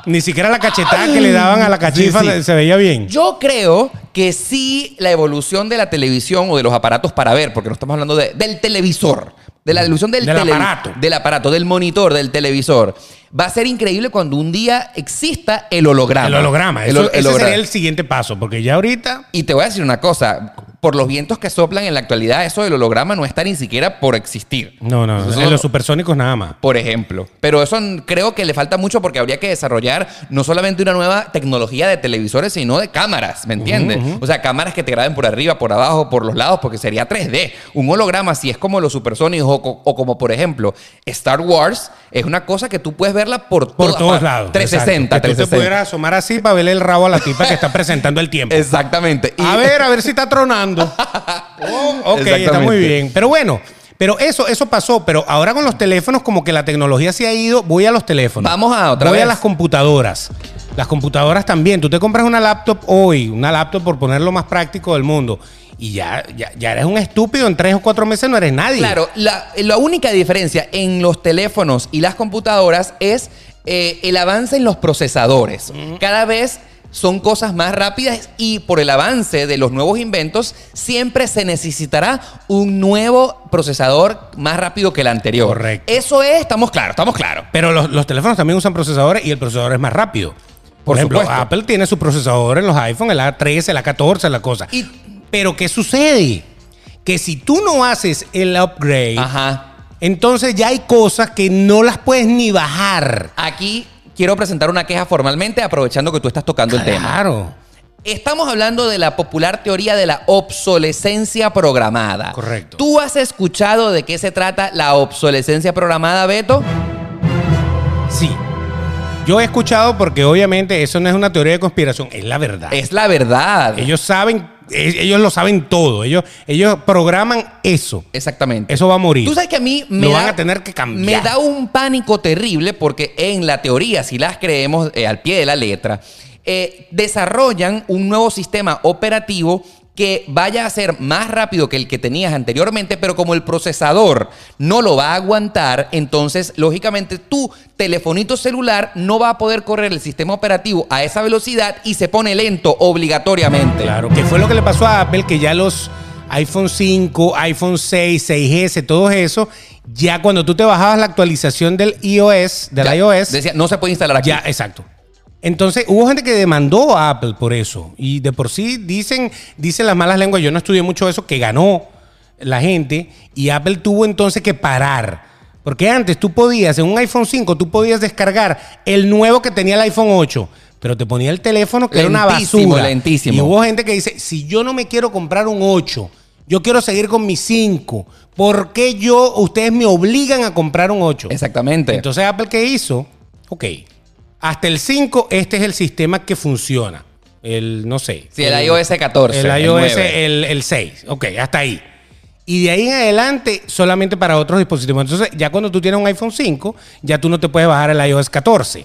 Speaker 3: ni siquiera la cachetada que le daban a la cachifa
Speaker 1: Sí, sí.
Speaker 3: se veía bien.
Speaker 1: Yo creo que sí la evolución de la televisión o de los aparatos para ver, porque no estamos hablando de- del televisor, de la evolución del,
Speaker 3: Del
Speaker 1: televi-
Speaker 3: aparato.
Speaker 1: del aparato, del monitor, del televisor. Va a ser increíble cuando un día exista el holograma.
Speaker 3: el holograma.
Speaker 1: El
Speaker 3: Eso,
Speaker 1: hol- el
Speaker 3: ese
Speaker 1: holograma.
Speaker 3: sería el siguiente paso, porque ya ahorita.
Speaker 1: Y te voy a decir una cosa, por los vientos que soplan en la actualidad, eso del holograma no está ni siquiera por existir.
Speaker 3: No, no,
Speaker 1: Eso-
Speaker 3: en los supersónicos nada más.
Speaker 1: por ejemplo. Pero eso n- creo que le falta mucho porque habría que desarrollar no solamente una nueva tecnología de televisores, sino de cámaras, ¿me entiendes? O sea, cámaras que te graben por arriba, por abajo, por los lados, porque sería 3D. Un holograma, si es como los supersónicos o, co- o como, por ejemplo, Star Wars, es una cosa que tú puedes verla por,
Speaker 3: Por
Speaker 1: todas
Speaker 3: todos
Speaker 1: partes.
Speaker 3: lados.
Speaker 1: 360,
Speaker 3: exacto. Que tú te
Speaker 1: 360.
Speaker 3: pudieras asomar así para verle el rabo a la tipa que está presentando
Speaker 1: [laughs]
Speaker 3: el tiempo.
Speaker 1: Exactamente. Y-
Speaker 3: A ver, a ver si está
Speaker 1: [laughs]
Speaker 3: tronando. Oh, ok, está
Speaker 1: Exactamente.
Speaker 3: muy bien. Pero bueno, pero eso, eso pasó. Pero ahora con los teléfonos, como que la tecnología se ha ido, voy a los teléfonos.
Speaker 1: Vamos a otra
Speaker 3: Voy a
Speaker 1: vez.
Speaker 3: las computadoras. Las computadoras también. Tú te compras una laptop hoy, una laptop por ponerlo más práctico del mundo. Y ya, ya, ya eres un estúpido, en tres o cuatro meses no eres nadie.
Speaker 1: Claro, la, la única diferencia en los teléfonos y las computadoras es eh, el avance en los procesadores. Cada vez son cosas más rápidas y por el avance de los nuevos inventos siempre se necesitará un nuevo procesador más rápido que el anterior.
Speaker 3: Correcto.
Speaker 1: Eso es, estamos claros, estamos claros.
Speaker 3: Pero los, los teléfonos también usan procesadores y el procesador es más rápido. Por,
Speaker 1: Por
Speaker 3: ejemplo,
Speaker 1: supuesto.
Speaker 3: Apple tiene su procesador en los iPhone, el A13, el A14, la cosa.
Speaker 1: Y-
Speaker 3: Pero ¿qué sucede? Que si tú no haces el upgrade,
Speaker 1: Ajá.
Speaker 3: entonces ya hay cosas que no las puedes ni bajar.
Speaker 1: Aquí quiero presentar una queja formalmente aprovechando que tú estás tocando el tema.
Speaker 3: Claro.
Speaker 1: Estamos hablando de la popular teoría de la obsolescencia programada.
Speaker 3: Correcto.
Speaker 1: ¿Tú has escuchado de qué se trata la obsolescencia programada, Beto?
Speaker 3: Sí. Yo he escuchado porque obviamente eso no es una teoría de conspiración, es la verdad.
Speaker 1: Es la verdad.
Speaker 3: Ellos saben, e- ellos lo saben todo. Ellos, ellos programan eso.
Speaker 1: Exactamente.
Speaker 3: Eso va a morir.
Speaker 1: Tú sabes que a mí me
Speaker 3: Lo
Speaker 1: da,
Speaker 3: van a tener que cambiar.
Speaker 1: Me da un pánico terrible porque en la teoría, si las creemos eh, al pie de la letra, eh, desarrollan un nuevo sistema operativo que vaya a ser más rápido que el que tenías anteriormente, pero como el procesador no lo va a aguantar, entonces lógicamente tu telefonito celular no va a poder correr el sistema operativo a esa velocidad y se pone lento obligatoriamente.
Speaker 3: Claro, que fue lo que le pasó a Apple, que ya los iPhone 5, iPhone 6, 6S, todo eso, ya cuando tú te bajabas la actualización del iOS, del
Speaker 1: Ya,
Speaker 3: iOS,
Speaker 1: Decía, no se puede instalar aquí.
Speaker 3: ya, exacto. Entonces hubo gente que demandó a Apple por eso. Y de por sí dicen, dicen las malas lenguas, yo no estudié mucho eso, que ganó la gente y Apple tuvo entonces que parar. Porque antes tú podías, en un iPhone 5, tú podías descargar el nuevo que tenía el iPhone 8, pero te ponía el teléfono que era una
Speaker 1: Lentísimo,
Speaker 3: basura.
Speaker 1: lentísimo.
Speaker 3: Y hubo gente que dice, si yo no me quiero comprar un 8, yo quiero seguir con mi 5, ¿por qué yo, ustedes me obligan a comprar un 8?
Speaker 1: Exactamente.
Speaker 3: Entonces, Apple, ¿qué hizo? Ok. Hasta el 5, este es el sistema que funciona. El, no sé.
Speaker 1: Sí, el iOS 14,
Speaker 3: El
Speaker 1: el
Speaker 3: iOS, el,
Speaker 1: 9.
Speaker 3: el 6. Ok, hasta ahí. Y de ahí en adelante, solamente para otros dispositivos. Entonces, ya cuando tú tienes un iPhone 5, ya tú no te puedes bajar el iOS 14.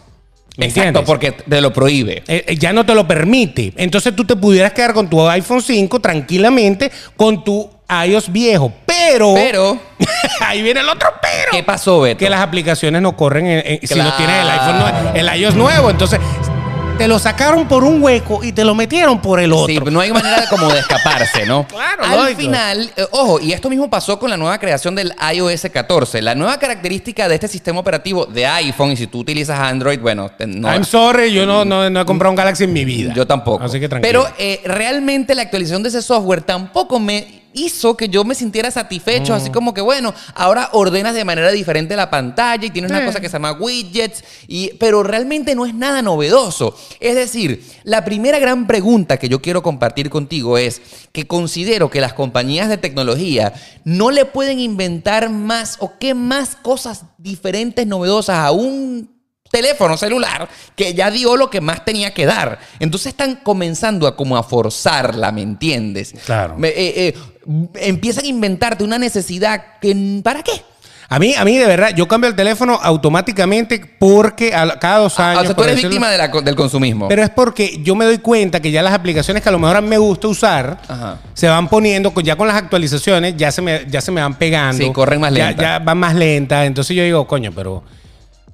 Speaker 3: ¿Me
Speaker 1: Exacto,
Speaker 3: entiendes?
Speaker 1: porque te lo prohíbe.
Speaker 3: Eh, eh, ya no te lo permite. Entonces tú te pudieras quedar con tu iPhone 5 tranquilamente con tu iOS viejo. Pero.
Speaker 1: Pero,
Speaker 3: [laughs] ahí viene el otro pero.
Speaker 1: ¿qué pasó, Beto?
Speaker 3: que las aplicaciones no corren en- en- si no
Speaker 1: Claro.
Speaker 3: tienes el iPhone
Speaker 1: Ah.
Speaker 3: nue- el iOS nuevo. Entonces, te lo sacaron por un hueco y te lo metieron por el otro.
Speaker 1: Sí, no hay manera de como de escaparse, ¿no?
Speaker 3: [laughs] Claro,
Speaker 1: Al
Speaker 3: lógico.
Speaker 1: final, eh, ojo, y esto mismo pasó con la nueva creación del iOS 14. La nueva característica de este sistema operativo de iPhone, y si tú utilizas Android, bueno, te- no. eh, mm,
Speaker 3: I'm sorry, yo no, no- no he comprado un Galaxy en mi vida.
Speaker 1: Yo tampoco.
Speaker 3: Así que tranquilo.
Speaker 1: Pero eh, realmente la actualización de ese software tampoco me hizo que yo me sintiera satisfecho.
Speaker 3: Mm.
Speaker 1: Así como que, bueno, ahora ordenas de manera diferente la pantalla y tienes
Speaker 3: Mm.
Speaker 1: una cosa que se llama widgets, y, pero realmente no es nada novedoso. Es decir, la primera gran pregunta que yo quiero compartir contigo es que considero que las compañías de tecnología no le pueden inventar más o qué más cosas diferentes, novedosas a un teléfono celular que ya dio lo que más tenía que dar. Entonces están comenzando a como a forzarla, ¿me entiendes?
Speaker 3: Claro.
Speaker 1: Me- eh, eh, m- empiezan a inventarte una necesidad que n- ¿para qué?
Speaker 3: A mí, a mí de verdad, yo cambio el teléfono automáticamente porque a- cada dos
Speaker 1: Ah,
Speaker 3: años.
Speaker 1: o sea, tú
Speaker 3: por
Speaker 1: eres
Speaker 3: decirlo-
Speaker 1: víctima de la co- del consumismo.
Speaker 3: Pero es porque yo me doy cuenta que ya las aplicaciones que a lo mejor a mí me gusta usar
Speaker 1: Ajá.
Speaker 3: se van poniendo, con- ya con las actualizaciones, ya se me, ya se me van pegando.
Speaker 1: Sí, corren más
Speaker 3: Ya-
Speaker 1: lenta.
Speaker 3: Ya, van más lentas. Entonces yo digo, coño, pero.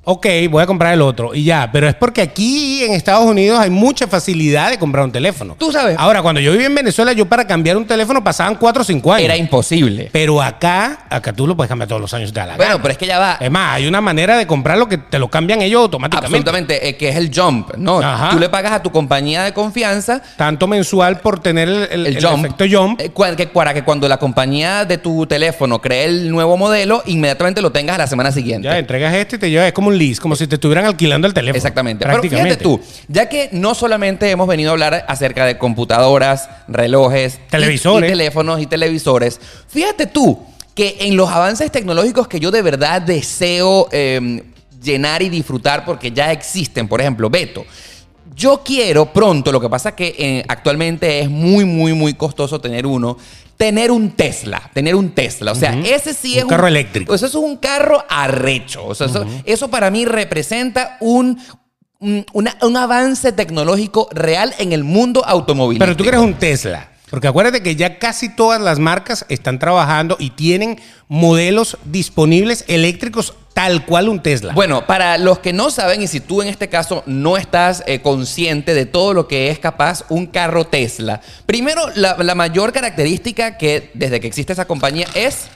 Speaker 3: Ok, voy a comprar el otro y ya. Pero es porque aquí en Estados Unidos hay mucha facilidad de comprar un teléfono.
Speaker 1: Tú sabes.
Speaker 3: Ahora, cuando yo vivía en Venezuela, yo para cambiar un teléfono pasaban 4 o 5 años.
Speaker 1: Era imposible.
Speaker 3: pero acá, acá tú lo puedes cambiar todos los años de la
Speaker 1: Bueno, pero es que ya va.
Speaker 3: Es más, hay una manera de comprarlo que te lo cambian ellos automáticamente.
Speaker 1: Absolutamente, eh, que es el jump, ¿no?
Speaker 3: Ajá.
Speaker 1: Tú le pagas a tu compañía de confianza
Speaker 3: tanto mensual por tener el,
Speaker 1: el,
Speaker 3: el- el
Speaker 1: jump.
Speaker 3: efecto jump.
Speaker 1: eh, cual- que- para que cuando la compañía de tu teléfono cree el nuevo modelo, inmediatamente lo tengas a la semana siguiente.
Speaker 3: Ya entregas este y te llevas. Es como un lease, como si te estuvieran alquilando el teléfono.
Speaker 1: Exactamente. Pero
Speaker 3: Prácticamente.
Speaker 1: fíjate tú, ya que no solamente hemos venido a hablar acerca de computadoras, relojes, y-
Speaker 3: Televisores.
Speaker 1: y teléfonos y televisores, fíjate tú que en los avances tecnológicos que yo de verdad deseo eh, llenar y disfrutar porque ya existen, por ejemplo, Beto. Yo quiero pronto, lo que pasa que eh, actualmente es muy, muy, muy costoso tener uno, tener un Tesla, tener un Tesla. O sea, ese sí
Speaker 3: Un
Speaker 1: es
Speaker 3: carro eléctrico.
Speaker 1: Pues eso es un carro arrecho. O sea, eso, eso para mí representa un, un, una- un avance tecnológico real en el mundo automovilístico.
Speaker 3: Pero tú quieres un Tesla. Porque acuérdate que ya casi todas las marcas están trabajando y tienen modelos disponibles eléctricos tal cual un Tesla.
Speaker 1: Bueno, para los que no saben, y si tú en este caso no estás eh, consciente de todo lo que es capaz un carro Tesla, primero, la, la mayor característica que desde que existe esa compañía es,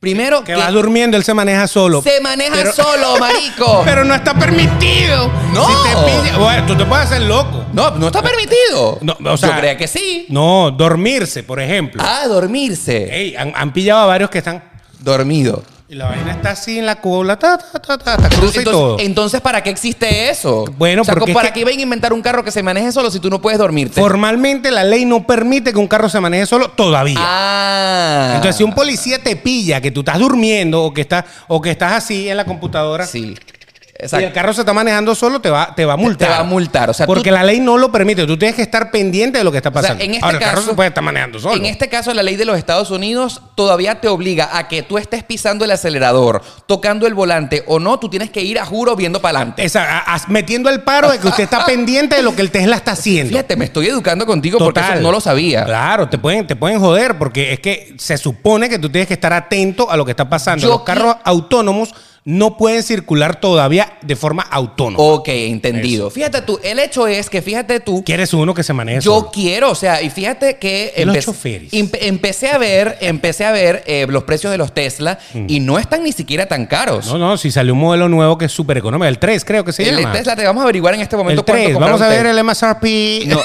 Speaker 1: primero,
Speaker 3: que va durmiendo, él se maneja solo.
Speaker 1: se maneja
Speaker 3: Pero- [laughs]
Speaker 1: solo, marico.
Speaker 3: Pero no está permitido.
Speaker 1: No.
Speaker 3: Si te pilla- bueno, tú te puedes hacer loco.
Speaker 1: no, no está permitido.
Speaker 3: No, o sea-
Speaker 1: Yo creía que sí.
Speaker 3: No, dormirse, por ejemplo.
Speaker 1: Ah, dormirse.
Speaker 3: Ey, han, han pillado a varios que están.
Speaker 1: Dormido.
Speaker 3: Y la vaina está así en la cola, ta, ta, ta, ta, hasta cruza
Speaker 1: Entonces,
Speaker 3: y todo.
Speaker 1: entonces, ¿para qué existe eso?
Speaker 3: Bueno,
Speaker 1: O sea,
Speaker 3: porque es
Speaker 1: ¿para
Speaker 3: que-
Speaker 1: qué iban a inventar un carro que se maneje solo si tú no puedes dormirte?
Speaker 3: Formalmente la ley no permite que un carro se maneje solo todavía.
Speaker 1: Ah.
Speaker 3: Entonces, si un policía te pilla que tú estás durmiendo o que estás, o que estás así en la computadora
Speaker 1: Sí.
Speaker 3: y
Speaker 1: Exacto.
Speaker 3: el carro se está manejando solo, te va, te va a multar.
Speaker 1: va a multar, o sea,
Speaker 3: Porque
Speaker 1: tú-
Speaker 3: la ley no lo permite. Tú tienes que estar pendiente de lo que está
Speaker 1: sea,
Speaker 3: pasando.
Speaker 1: en este
Speaker 3: Ahora, el carro
Speaker 1: caso-
Speaker 3: se puede estar manejando solo.
Speaker 1: En este caso, la ley de los Estados Unidos todavía te obliga a que tú estés pisando el acelerador, tocando el volante o no, tú tienes que ir a juro viendo para adelante.
Speaker 3: Esa- a- a- metiendo el paro de que
Speaker 1: [laughs]
Speaker 3: usted está pendiente de lo que el Tesla está haciendo.
Speaker 1: Fíjate, me estoy educando contigo porque eso no lo sabía.
Speaker 3: Claro, te pueden, te pueden joder porque es que se supone que tú tienes que estar atento a lo que está pasando.
Speaker 1: Yo
Speaker 3: Los
Speaker 1: qui-
Speaker 3: carros autónomos no pueden circular todavía de forma autónoma.
Speaker 1: Ok, entendido. Fíjate tú, el hecho es que fíjate tú
Speaker 3: ¿Quieres uno que se maneje
Speaker 1: Yo
Speaker 3: solo?
Speaker 1: quiero, o sea, y fíjate que
Speaker 3: Los
Speaker 1: empecé-
Speaker 3: choferes.
Speaker 1: empe- empecé a ver, empecé a ver eh, los precios de los Tesla y no están ni siquiera tan caros.
Speaker 3: Mm. No, no, si salió un modelo nuevo que es súper económico, el 3 creo que se
Speaker 1: el
Speaker 3: llama.
Speaker 1: Tesla te vamos a averiguar en este momento
Speaker 3: el 3,
Speaker 1: comprar
Speaker 3: vamos
Speaker 1: un
Speaker 3: a ver
Speaker 1: Tesla.
Speaker 3: el MSRP. [laughs]
Speaker 1: No.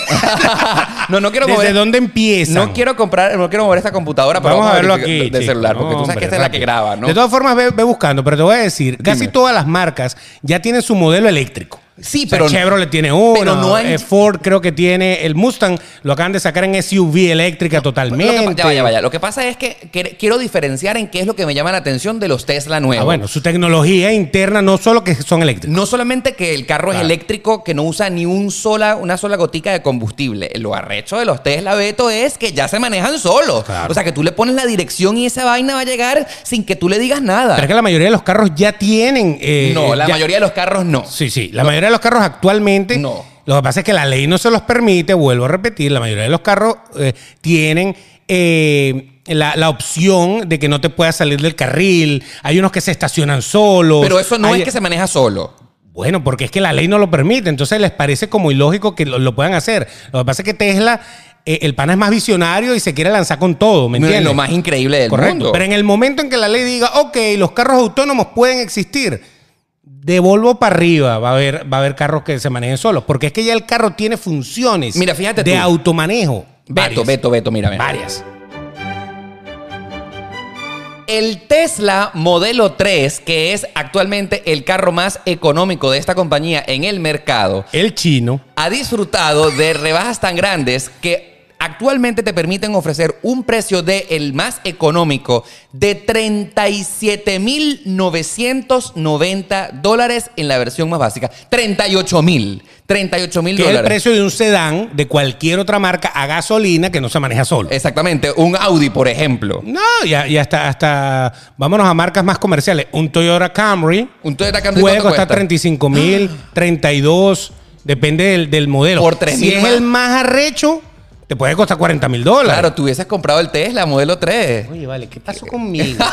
Speaker 1: no, no quiero
Speaker 3: ¿Desde
Speaker 1: mover.
Speaker 3: dónde empieza?
Speaker 1: No quiero comprar, no quiero mover esta computadora, pero
Speaker 3: Vamos, a verlo
Speaker 1: verificar
Speaker 3: aquí.
Speaker 1: de
Speaker 3: chico.
Speaker 1: celular, porque
Speaker 3: No,
Speaker 1: tú sabes
Speaker 3: hombre,
Speaker 1: que esta es la que
Speaker 3: rápido.
Speaker 1: graba, ¿no?
Speaker 3: De todas formas, ve, ve buscando, pero te voy a decir, casi
Speaker 1: Dime.
Speaker 3: todas las marcas ya tienen su modelo eléctrico.
Speaker 1: Sí,
Speaker 3: O sea,
Speaker 1: pero-
Speaker 3: Chevrolet tiene uno,
Speaker 1: pero no han-
Speaker 3: eh, Ford creo que tiene, el Mustang lo acaban de sacar en SUV eléctrica
Speaker 1: Lo que
Speaker 3: totalmente.
Speaker 1: pa- ya va, ya va, ya. Lo que pasa es que quer- quiero diferenciar en qué es lo que me llama la atención de los Tesla nuevos.
Speaker 3: Ah, bueno, su tecnología interna no solo que son eléctricos.
Speaker 1: No solamente que el carro es
Speaker 3: Claro.
Speaker 1: eléctrico, que no usa ni un sola, una sola gotica de combustible. Lo arrecho de los Tesla Beto es que ya se manejan solos.
Speaker 3: Claro.
Speaker 1: O sea, que tú le pones la dirección y esa vaina va a llegar sin que tú le digas nada.
Speaker 3: Pero es que la mayoría de los carros ya tienen... eh,
Speaker 1: no, la
Speaker 3: ya-
Speaker 1: mayoría de los carros no.
Speaker 3: Sí, sí. La mayoría de los carros actualmente.
Speaker 1: No.
Speaker 3: Lo que pasa es que la ley no se los permite, vuelvo a repetir, la mayoría de los carros eh, tienen eh, la, la opción de que no te puedas salir del carril. Hay unos que se estacionan solos.
Speaker 1: Pero eso no
Speaker 3: Hay-
Speaker 1: es que se maneja solo.
Speaker 3: Bueno, porque es que la ley no lo permite, entonces les parece como ilógico que lo, lo puedan hacer. Lo que pasa es que Tesla, eh, el pana es más visionario y se quiere lanzar con todo, ¿me
Speaker 1: No, es
Speaker 3: entiendes?
Speaker 1: lo más increíble del
Speaker 3: Correcto.
Speaker 1: mundo.
Speaker 3: Pero en el momento en que la ley diga, ok, los carros autónomos pueden existir, de Volvo para arriba va a haber, va a haber carros que se manejen solos. Porque es que ya el carro tiene funciones
Speaker 1: Mira, fíjate
Speaker 3: de
Speaker 1: tú.
Speaker 3: automanejo.
Speaker 1: Beto,
Speaker 3: Varias.
Speaker 1: Beto, Beto, mira, mira.
Speaker 3: Varias.
Speaker 1: El Tesla Modelo 3, que es actualmente el carro más económico de esta compañía en el mercado,
Speaker 3: El chino.
Speaker 1: ha disfrutado de rebajas tan grandes que actualmente te permiten ofrecer un precio de el más económico de 37.990 dólares en la versión más básica. 38.000. 38.000
Speaker 3: Que es el
Speaker 1: dólares.
Speaker 3: precio de un sedán de cualquier otra marca a gasolina que no se maneja solo.
Speaker 1: Exactamente, un Audi, por ejemplo.
Speaker 3: No, ya, ya hasta, hasta. Vámonos a marcas más comerciales. Un Toyota Camry
Speaker 1: Un Toyota Camry
Speaker 3: puede
Speaker 1: ¿cuánto
Speaker 3: costar
Speaker 1: cuesta? Ah.
Speaker 3: 35 mil, 32, depende del, del modelo.
Speaker 1: Por 3.000
Speaker 3: Si es
Speaker 1: más.
Speaker 3: el más arrecho, te puede costar 40 mil dólares. Pues.
Speaker 1: Claro, tú hubieses comprado el Tesla modelo 3.
Speaker 3: Oye, vale, ¿qué
Speaker 1: [laughs]
Speaker 3: pasó conmigo?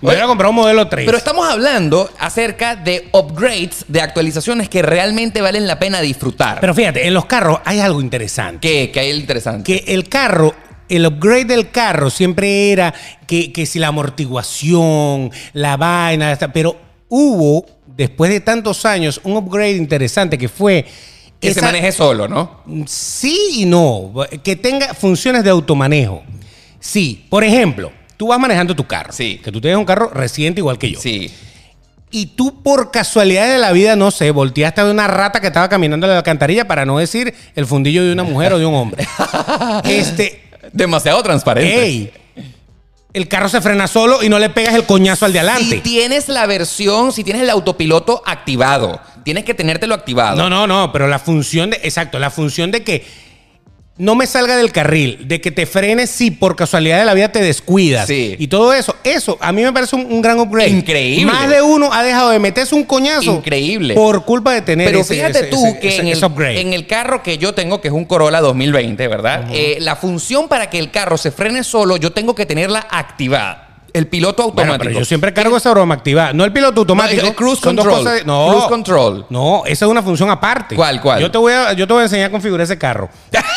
Speaker 3: Me hubiera comprado un modelo 3.
Speaker 1: Pero estamos hablando acerca de upgrades, de actualizaciones que realmente valen la pena disfrutar.
Speaker 3: Pero fíjate, en los carros hay algo interesante.
Speaker 1: ¿Qué? ¿Qué hay interesante?
Speaker 3: Que el carro, el upgrade del carro siempre era que, que si la amortiguación, la vaina, esta- pero hubo, después de tantos años, un upgrade interesante que fue...
Speaker 1: Que se
Speaker 3: esa-
Speaker 1: maneje solo, ¿no?
Speaker 3: Sí y no, que tenga funciones de automanejo. Sí, por ejemplo, tú vas manejando tu carro.
Speaker 1: Sí.
Speaker 3: Que tú tienes un carro residente igual que yo.
Speaker 1: Sí.
Speaker 3: Y tú por casualidad de la vida, no sé, volteaste de una rata que estaba caminando en la alcantarilla para no decir el fundillo de una mujer o de
Speaker 1: [laughs]
Speaker 3: un hombre. Este,
Speaker 1: Demasiado transparente.
Speaker 3: ey, el carro se frena solo y no le pegas el coñazo al de
Speaker 1: Si
Speaker 3: adelante.
Speaker 1: tienes la versión, si tienes el autopiloto activado, tienes que tenértelo activado.
Speaker 3: No, no, no, pero la función de, exacto, la función de que no me salga del carril, de que te frenes si por casualidad de la vida te descuidas
Speaker 1: Sí.
Speaker 3: y todo eso, eso a mí me parece un, un gran upgrade.
Speaker 1: Increíble.
Speaker 3: Más de uno ha dejado de meterse un coñazo.
Speaker 1: Increíble.
Speaker 3: Por culpa de tener
Speaker 1: Pero
Speaker 3: ese-
Speaker 1: fíjate
Speaker 3: ese-
Speaker 1: tú
Speaker 3: ese-
Speaker 1: que
Speaker 3: ese-
Speaker 1: en,
Speaker 3: ese
Speaker 1: el,
Speaker 3: upgrade.
Speaker 1: en el carro que yo tengo, que es un Corolla 2020, ¿verdad? Eh, la función para que el carro se frene solo, yo tengo que tenerla activada. El piloto
Speaker 3: Bueno,
Speaker 1: automático.
Speaker 3: pero yo siempre cargo esa broma activada. No el piloto automático.
Speaker 1: No, el- el cruise
Speaker 3: son dos
Speaker 1: control.
Speaker 3: cosas de- no,
Speaker 1: Cruise control.
Speaker 3: No, esa es una función aparte.
Speaker 1: ¿Cuál, cuál?
Speaker 3: Yo te voy a, yo te voy a enseñar a configurar
Speaker 1: [laughs]
Speaker 3: ese carro. [laughs]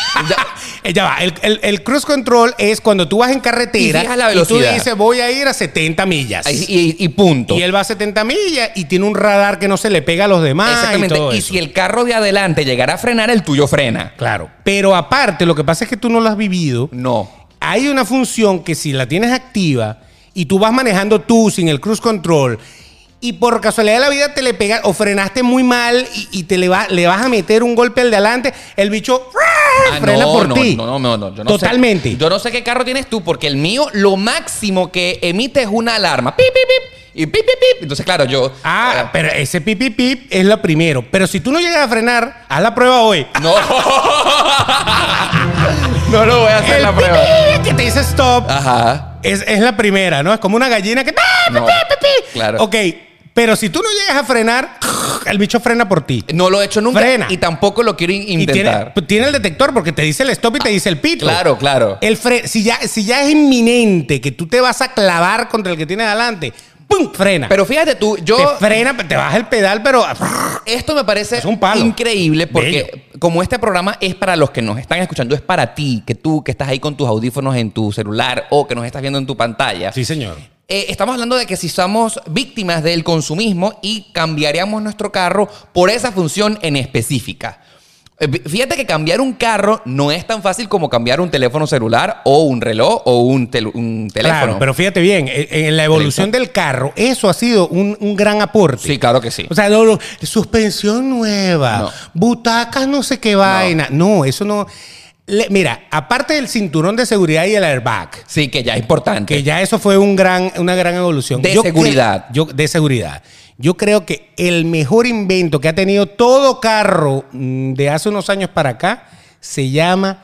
Speaker 3: Eh, Ya va, el, el- el cruise control es cuando tú vas en carretera
Speaker 1: Y fijas la
Speaker 3: tú
Speaker 1: velocidad.
Speaker 3: dices voy a ir a 70 millas.
Speaker 1: Ahí- Y, y punto.
Speaker 3: Y él va a 70 millas y tiene un radar que no se le pega a los demás.
Speaker 1: Exactamente.
Speaker 3: Y, todo
Speaker 1: Y,
Speaker 3: eso.
Speaker 1: si el carro de adelante llegara a frenar, el tuyo frena.
Speaker 3: Claro. Pero aparte, lo que pasa es que tú no lo has vivido.
Speaker 1: No.
Speaker 3: Hay una función que si la tienes activa y tú vas manejando tú sin el cruise control y por casualidad de la vida te le pegas o frenaste muy mal y, y te le, va- le vas a meter un golpe al de adelante, el bicho ¡ah!
Speaker 1: Ah,
Speaker 3: [laughs] frena
Speaker 1: no,
Speaker 3: por
Speaker 1: no,
Speaker 3: ti.
Speaker 1: No, no, no, no, yo no sé-
Speaker 3: Totalmente.
Speaker 1: yo no sé qué carro tienes tú, porque el mío lo máximo que emite es una alarma. Pip, pip, pip. Y pip, pip, pip. Entonces, claro, yo.
Speaker 3: Ah, pero ese pip, pip, pip es lo primero. Pero si tú no llegas a frenar, haz la prueba hoy.
Speaker 1: eh, No. [laughs] no lo voy a hacer
Speaker 3: El
Speaker 1: la
Speaker 3: pip,
Speaker 1: prueba.
Speaker 3: pip que te dice stop
Speaker 1: Ajá.
Speaker 3: es, es la primera, ¿no? Es como una gallina que... ¡Pi, pi,
Speaker 1: No,
Speaker 3: pi, pi, pi!
Speaker 1: claro.
Speaker 3: Ok, pero si tú no llegas a frenar, el bicho frena por ti.
Speaker 1: No lo he hecho nunca.
Speaker 3: Frena.
Speaker 1: Y tampoco lo quiero in-
Speaker 3: Y tiene- pues,
Speaker 1: intentar.
Speaker 3: tiene, el detector porque te dice el stop y te dice el pito.
Speaker 1: Claro, claro.
Speaker 3: El fre- si, ya, si ya es inminente que tú te vas a clavar contra el que tienes adelante, ¡pum! Frena.
Speaker 1: Pero fíjate tú, yo.
Speaker 3: te frena, te baja el pedal, pero.
Speaker 1: Esto me parece
Speaker 3: Es un palo.
Speaker 1: increíble porque como este programa es para los que nos están escuchando, es para ti, que tú que estás ahí con tus audífonos en tu celular o que nos estás viendo en tu pantalla.
Speaker 3: Sí, señor.
Speaker 1: Eh, estamos hablando de que si somos víctimas del consumismo y cambiaríamos nuestro carro por esa función en específica. Eh, Fíjate que cambiar un carro no es tan fácil como cambiar un teléfono celular o un reloj o un, tel- un teléfono.
Speaker 3: Claro, pero fíjate bien, en, en la evolución del carro, eso ha sido un, un gran aporte.
Speaker 1: Sí, claro que sí.
Speaker 3: O sea, no, no, suspensión nueva,
Speaker 1: No.
Speaker 3: butacas no sé qué vaina. No, eso no. Le- mira, aparte del cinturón de seguridad y el airbag,
Speaker 1: Sí, que ya es importante.
Speaker 3: Que ya eso fue un gran, una gran evolución.
Speaker 1: De
Speaker 3: cre-
Speaker 1: seguridad.
Speaker 3: yo, de seguridad. Yo creo que el mejor invento que ha tenido todo carro mm, de hace unos años para acá se llama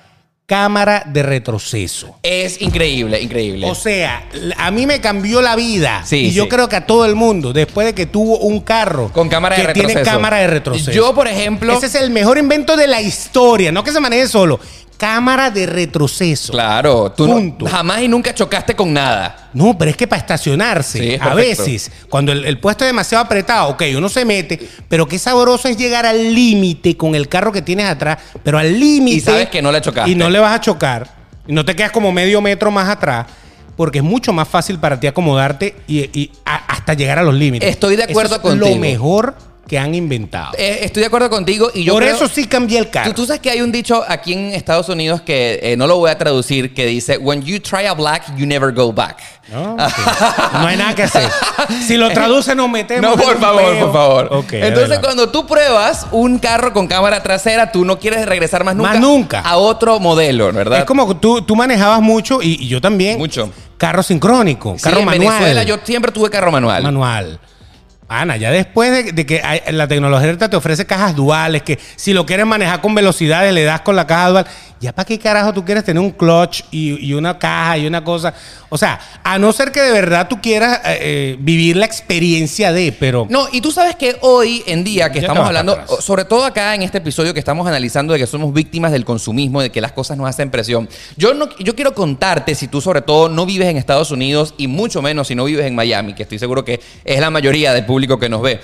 Speaker 3: cámara de retroceso.
Speaker 1: Es increíble, increíble.
Speaker 3: O sea, l- a mí me cambió la vida.
Speaker 1: Sí,
Speaker 3: y yo
Speaker 1: sí.
Speaker 3: creo que a todo el mundo, después de que tuvo un carro
Speaker 1: Con cámara de
Speaker 3: que
Speaker 1: retroceso.
Speaker 3: tiene cámara de retroceso.
Speaker 1: Yo, por ejemplo.
Speaker 3: Ese es el mejor invento de la historia, no que se maneje solo. Cámara de retroceso.
Speaker 1: Claro, tú no-
Speaker 3: Punto.
Speaker 1: jamás y nunca chocaste con nada.
Speaker 3: No, pero es que para estacionarse,
Speaker 1: Sí, es
Speaker 3: a
Speaker 1: perfecto.
Speaker 3: veces, cuando el, el puesto es demasiado apretado, ok, uno se mete, pero qué sabroso es llegar al límite con el carro que tienes atrás, pero al límite.
Speaker 1: Y sabes que no le chocaste.
Speaker 3: Y no le vas a chocar, y no te quedas como medio metro más atrás, porque es mucho más fácil para ti acomodarte y, y a- hasta llegar a los límites.
Speaker 1: Estoy de acuerdo
Speaker 3: Eso es
Speaker 1: contigo.
Speaker 3: Lo mejor que han inventado.
Speaker 1: Eh, estoy de acuerdo contigo y yo
Speaker 3: Por
Speaker 1: creo-
Speaker 3: eso sí cambié el carro.
Speaker 1: Tú, tú sabes que hay un dicho aquí en Estados Unidos que eh, no lo voy a traducir, que dice, When you try a black, you never go back. [laughs]
Speaker 3: No, ok. No hay nada que hacer. Si lo traduce, nos metemos.
Speaker 1: No,
Speaker 3: en
Speaker 1: por
Speaker 3: un
Speaker 1: favor,
Speaker 3: peo.
Speaker 1: por favor.
Speaker 3: Ok,
Speaker 1: Entonces,
Speaker 3: adelante.
Speaker 1: cuando tú pruebas un carro con cámara trasera, tú no quieres regresar más nunca,
Speaker 3: Más nunca.
Speaker 1: a otro modelo, ¿verdad?
Speaker 3: Es como que tú, tú manejabas mucho y, y yo también.
Speaker 1: Mucho.
Speaker 3: Carro sincrónico,
Speaker 1: Sí,
Speaker 3: carro
Speaker 1: en
Speaker 3: manual.
Speaker 1: Venezuela yo siempre tuve carro manual.
Speaker 3: Manual. Ana, ya después de, de que hay- la tecnología ahorita te ofrece cajas duales, que si lo quieres manejar con velocidades, le das con la caja dual. ¿Ya para qué carajo tú quieres tener un clutch y, y una caja y una cosa? O sea, a no ser que de verdad tú quieras eh, eh, vivir la experiencia de, pero...
Speaker 1: No, y tú sabes que hoy en día que
Speaker 3: Ya
Speaker 1: estamos
Speaker 3: te vas
Speaker 1: hablando,
Speaker 3: para atrás.
Speaker 1: sobre todo acá en este episodio que estamos analizando de que somos víctimas del consumismo, de que las cosas nos hacen presión. Yo no, yo quiero contarte si tú sobre todo no vives en Estados Unidos y mucho menos si no vives en Miami, que estoy seguro que es la mayoría del público que nos ve.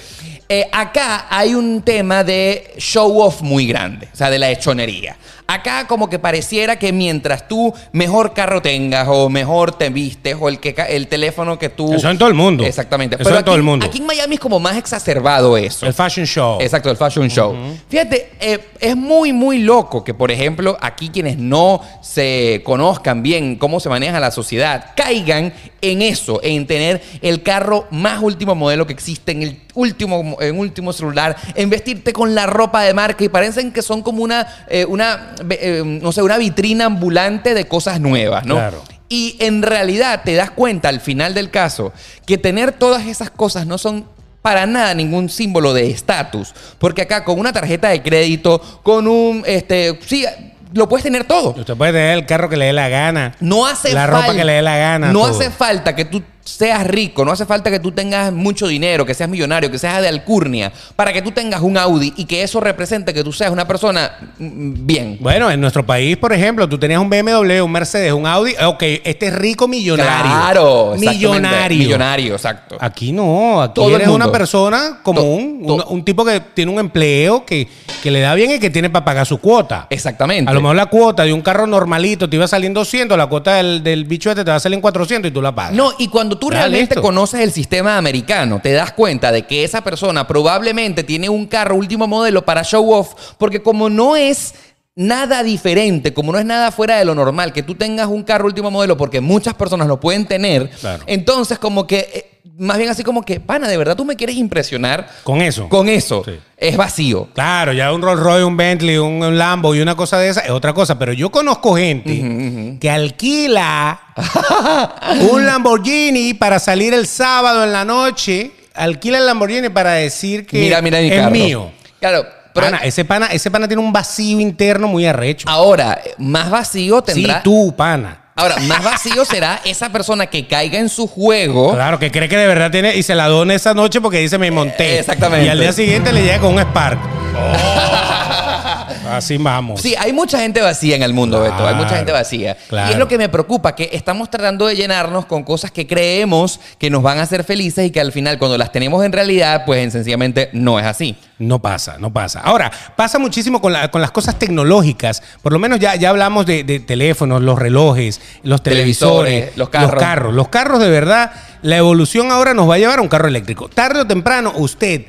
Speaker 1: Eh, acá hay un tema de show off muy grande, o sea, de la hechonería. Acá como que pareciera que mientras tú mejor carro tengas o mejor te vistes o el que ca- el teléfono que tú
Speaker 3: Eso en todo el mundo.
Speaker 1: Exactamente.
Speaker 3: Eso en todo el mundo.
Speaker 1: Aquí en Miami es como más exacerbado eso.
Speaker 3: El fashion show.
Speaker 1: Exacto, el fashion show. Fíjate, eh, es muy, muy loco que, por ejemplo, aquí quienes no se conozcan bien cómo se maneja la sociedad, caigan en eso, en tener el carro más último modelo que existe, en el último, en último celular, en vestirte con la ropa de marca y parecen que son como una, eh, una eh, no sé, una vitrina ambulante de cosas nuevas, ¿no?
Speaker 3: Claro.
Speaker 1: Y en realidad te das cuenta al final del caso que tener todas esas cosas no son para nada ningún símbolo de estatus. Porque acá con una tarjeta de crédito, con un, este, sí, lo puedes tener todo.
Speaker 3: Usted puede tener el carro que le dé la gana.
Speaker 1: No hace
Speaker 3: La
Speaker 1: falta.
Speaker 3: ropa que le dé la gana,
Speaker 1: No
Speaker 3: todo.
Speaker 1: hace falta que tú seas rico, no hace falta que tú tengas mucho dinero, que seas millonario, que seas de alcurnia, para que tú tengas un Audi y que eso represente que tú seas una persona mm, bien.
Speaker 3: Bueno, en nuestro país, por ejemplo, tú tenías un BMW, un Mercedes, un Audi. Ok, este es rico millonario.
Speaker 1: Claro, exactamente.
Speaker 3: millonario.
Speaker 1: Millonario, exacto.
Speaker 3: Aquí no, aquí
Speaker 1: Todo el
Speaker 3: eres
Speaker 1: mundo.
Speaker 3: una persona común,
Speaker 1: To-
Speaker 3: un,
Speaker 1: to-
Speaker 3: un tipo que tiene un empleo que, que le da bien y que tiene para pagar su cuota.
Speaker 1: Exactamente.
Speaker 3: A lo mejor la cuota de un carro normalito te iba a salir en 200, la cuota del, del bicho este te va a salir en 400 y tú la pagas.
Speaker 1: No, y cuando tú
Speaker 3: Ya,
Speaker 1: realmente
Speaker 3: Ah. listo.
Speaker 1: conoces el sistema americano, te das cuenta de que esa persona probablemente tiene un carro último modelo para show off, porque como no es nada diferente, como no es nada fuera de lo normal que tú tengas un carro último modelo, porque muchas personas lo pueden tener,
Speaker 3: Claro.
Speaker 1: entonces como que, eh, más bien así como que, pana, de verdad tú me quieres impresionar
Speaker 3: Con eso.
Speaker 1: con eso.
Speaker 3: Sí.
Speaker 1: Es vacío.
Speaker 3: Claro, ya un Rolls Royce, un Bentley, un, un Lambo y una cosa de esa es otra cosa. Pero yo conozco gente que alquila [laughs] un Lamborghini para salir el sábado en la noche. Alquila el Lamborghini para decir que
Speaker 1: Mira, mira mi
Speaker 3: es
Speaker 1: carro.
Speaker 3: mío.
Speaker 1: Claro, pero
Speaker 3: Pana, ese pana, ese pana tiene un vacío interno muy arrecho.
Speaker 1: ahora, más vacío tendrá...
Speaker 3: Sí, tú, pana.
Speaker 1: Ahora, más vacío será esa persona que caiga en su juego.
Speaker 3: Claro, que cree que de verdad tiene y se la dona esa noche porque dice me monté.
Speaker 1: Eh, exactamente.
Speaker 3: Y al día siguiente le llega con un Spark. [laughs] Así vamos.
Speaker 1: Oh. Sí, hay mucha gente vacía en el mundo, Beto. Hay mucha
Speaker 3: Claro,
Speaker 1: gente vacía. Y es
Speaker 3: claro.
Speaker 1: lo que me preocupa, que estamos tratando de llenarnos con cosas que creemos que nos van a hacer felices y que al final, cuando las tenemos en realidad, pues sencillamente no es así.
Speaker 3: No pasa, no pasa. Ahora, pasa muchísimo con, la- con las cosas tecnológicas. Por lo menos ya, ya hablamos de, de teléfonos, los relojes, los
Speaker 1: Televisores,
Speaker 3: televisores,
Speaker 1: los carros.
Speaker 3: los carros. Los carros, de verdad, la evolución ahora nos va a llevar a un carro eléctrico. Tarde o temprano, usted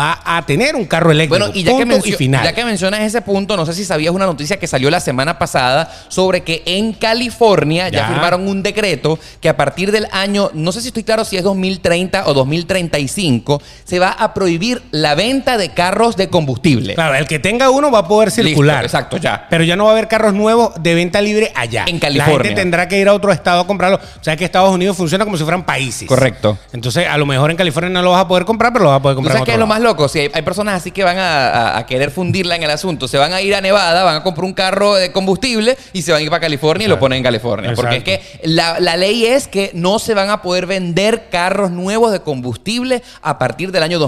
Speaker 3: va a tener un carro eléctrico.
Speaker 1: Bueno, y ya, que
Speaker 3: Punto
Speaker 1: mencio-
Speaker 3: final.
Speaker 1: ya que mencionas ese punto, no sé si sabías una noticia que salió la semana pasada sobre que en California ya,
Speaker 3: Ya.
Speaker 1: firmaron un decreto que a partir del año, no sé si estoy claro si es 2030 o 2035, se va a prohibir la venta de carros de combustible.
Speaker 3: Claro, el que tenga uno va a poder circular.
Speaker 1: Listo, exacto, ya.
Speaker 3: Pero ya no va a haber carros nuevos de venta libre allá.
Speaker 1: En California.
Speaker 3: La gente tendrá que ir a otro estado a comprarlo. O sea que Estados Unidos funciona como si fueran países.
Speaker 1: Correcto.
Speaker 3: Entonces, a lo mejor en California no lo vas a poder comprar, pero lo vas a poder
Speaker 1: ¿Tú
Speaker 3: comprar.
Speaker 1: sabes
Speaker 3: en
Speaker 1: qué es
Speaker 3: otro
Speaker 1: lo
Speaker 3: lado.
Speaker 1: más loco? Si hay, hay personas así que van a, a- a querer fundirla en el asunto, se van a ir a Nevada, van a comprar un carro de combustible y se van a ir para California y lo
Speaker 3: Exacto.
Speaker 1: ponen en California. Porque es
Speaker 3: Exacto.
Speaker 1: que la, la ley es que no se van a poder vender carros nuevos de combustible a partir del año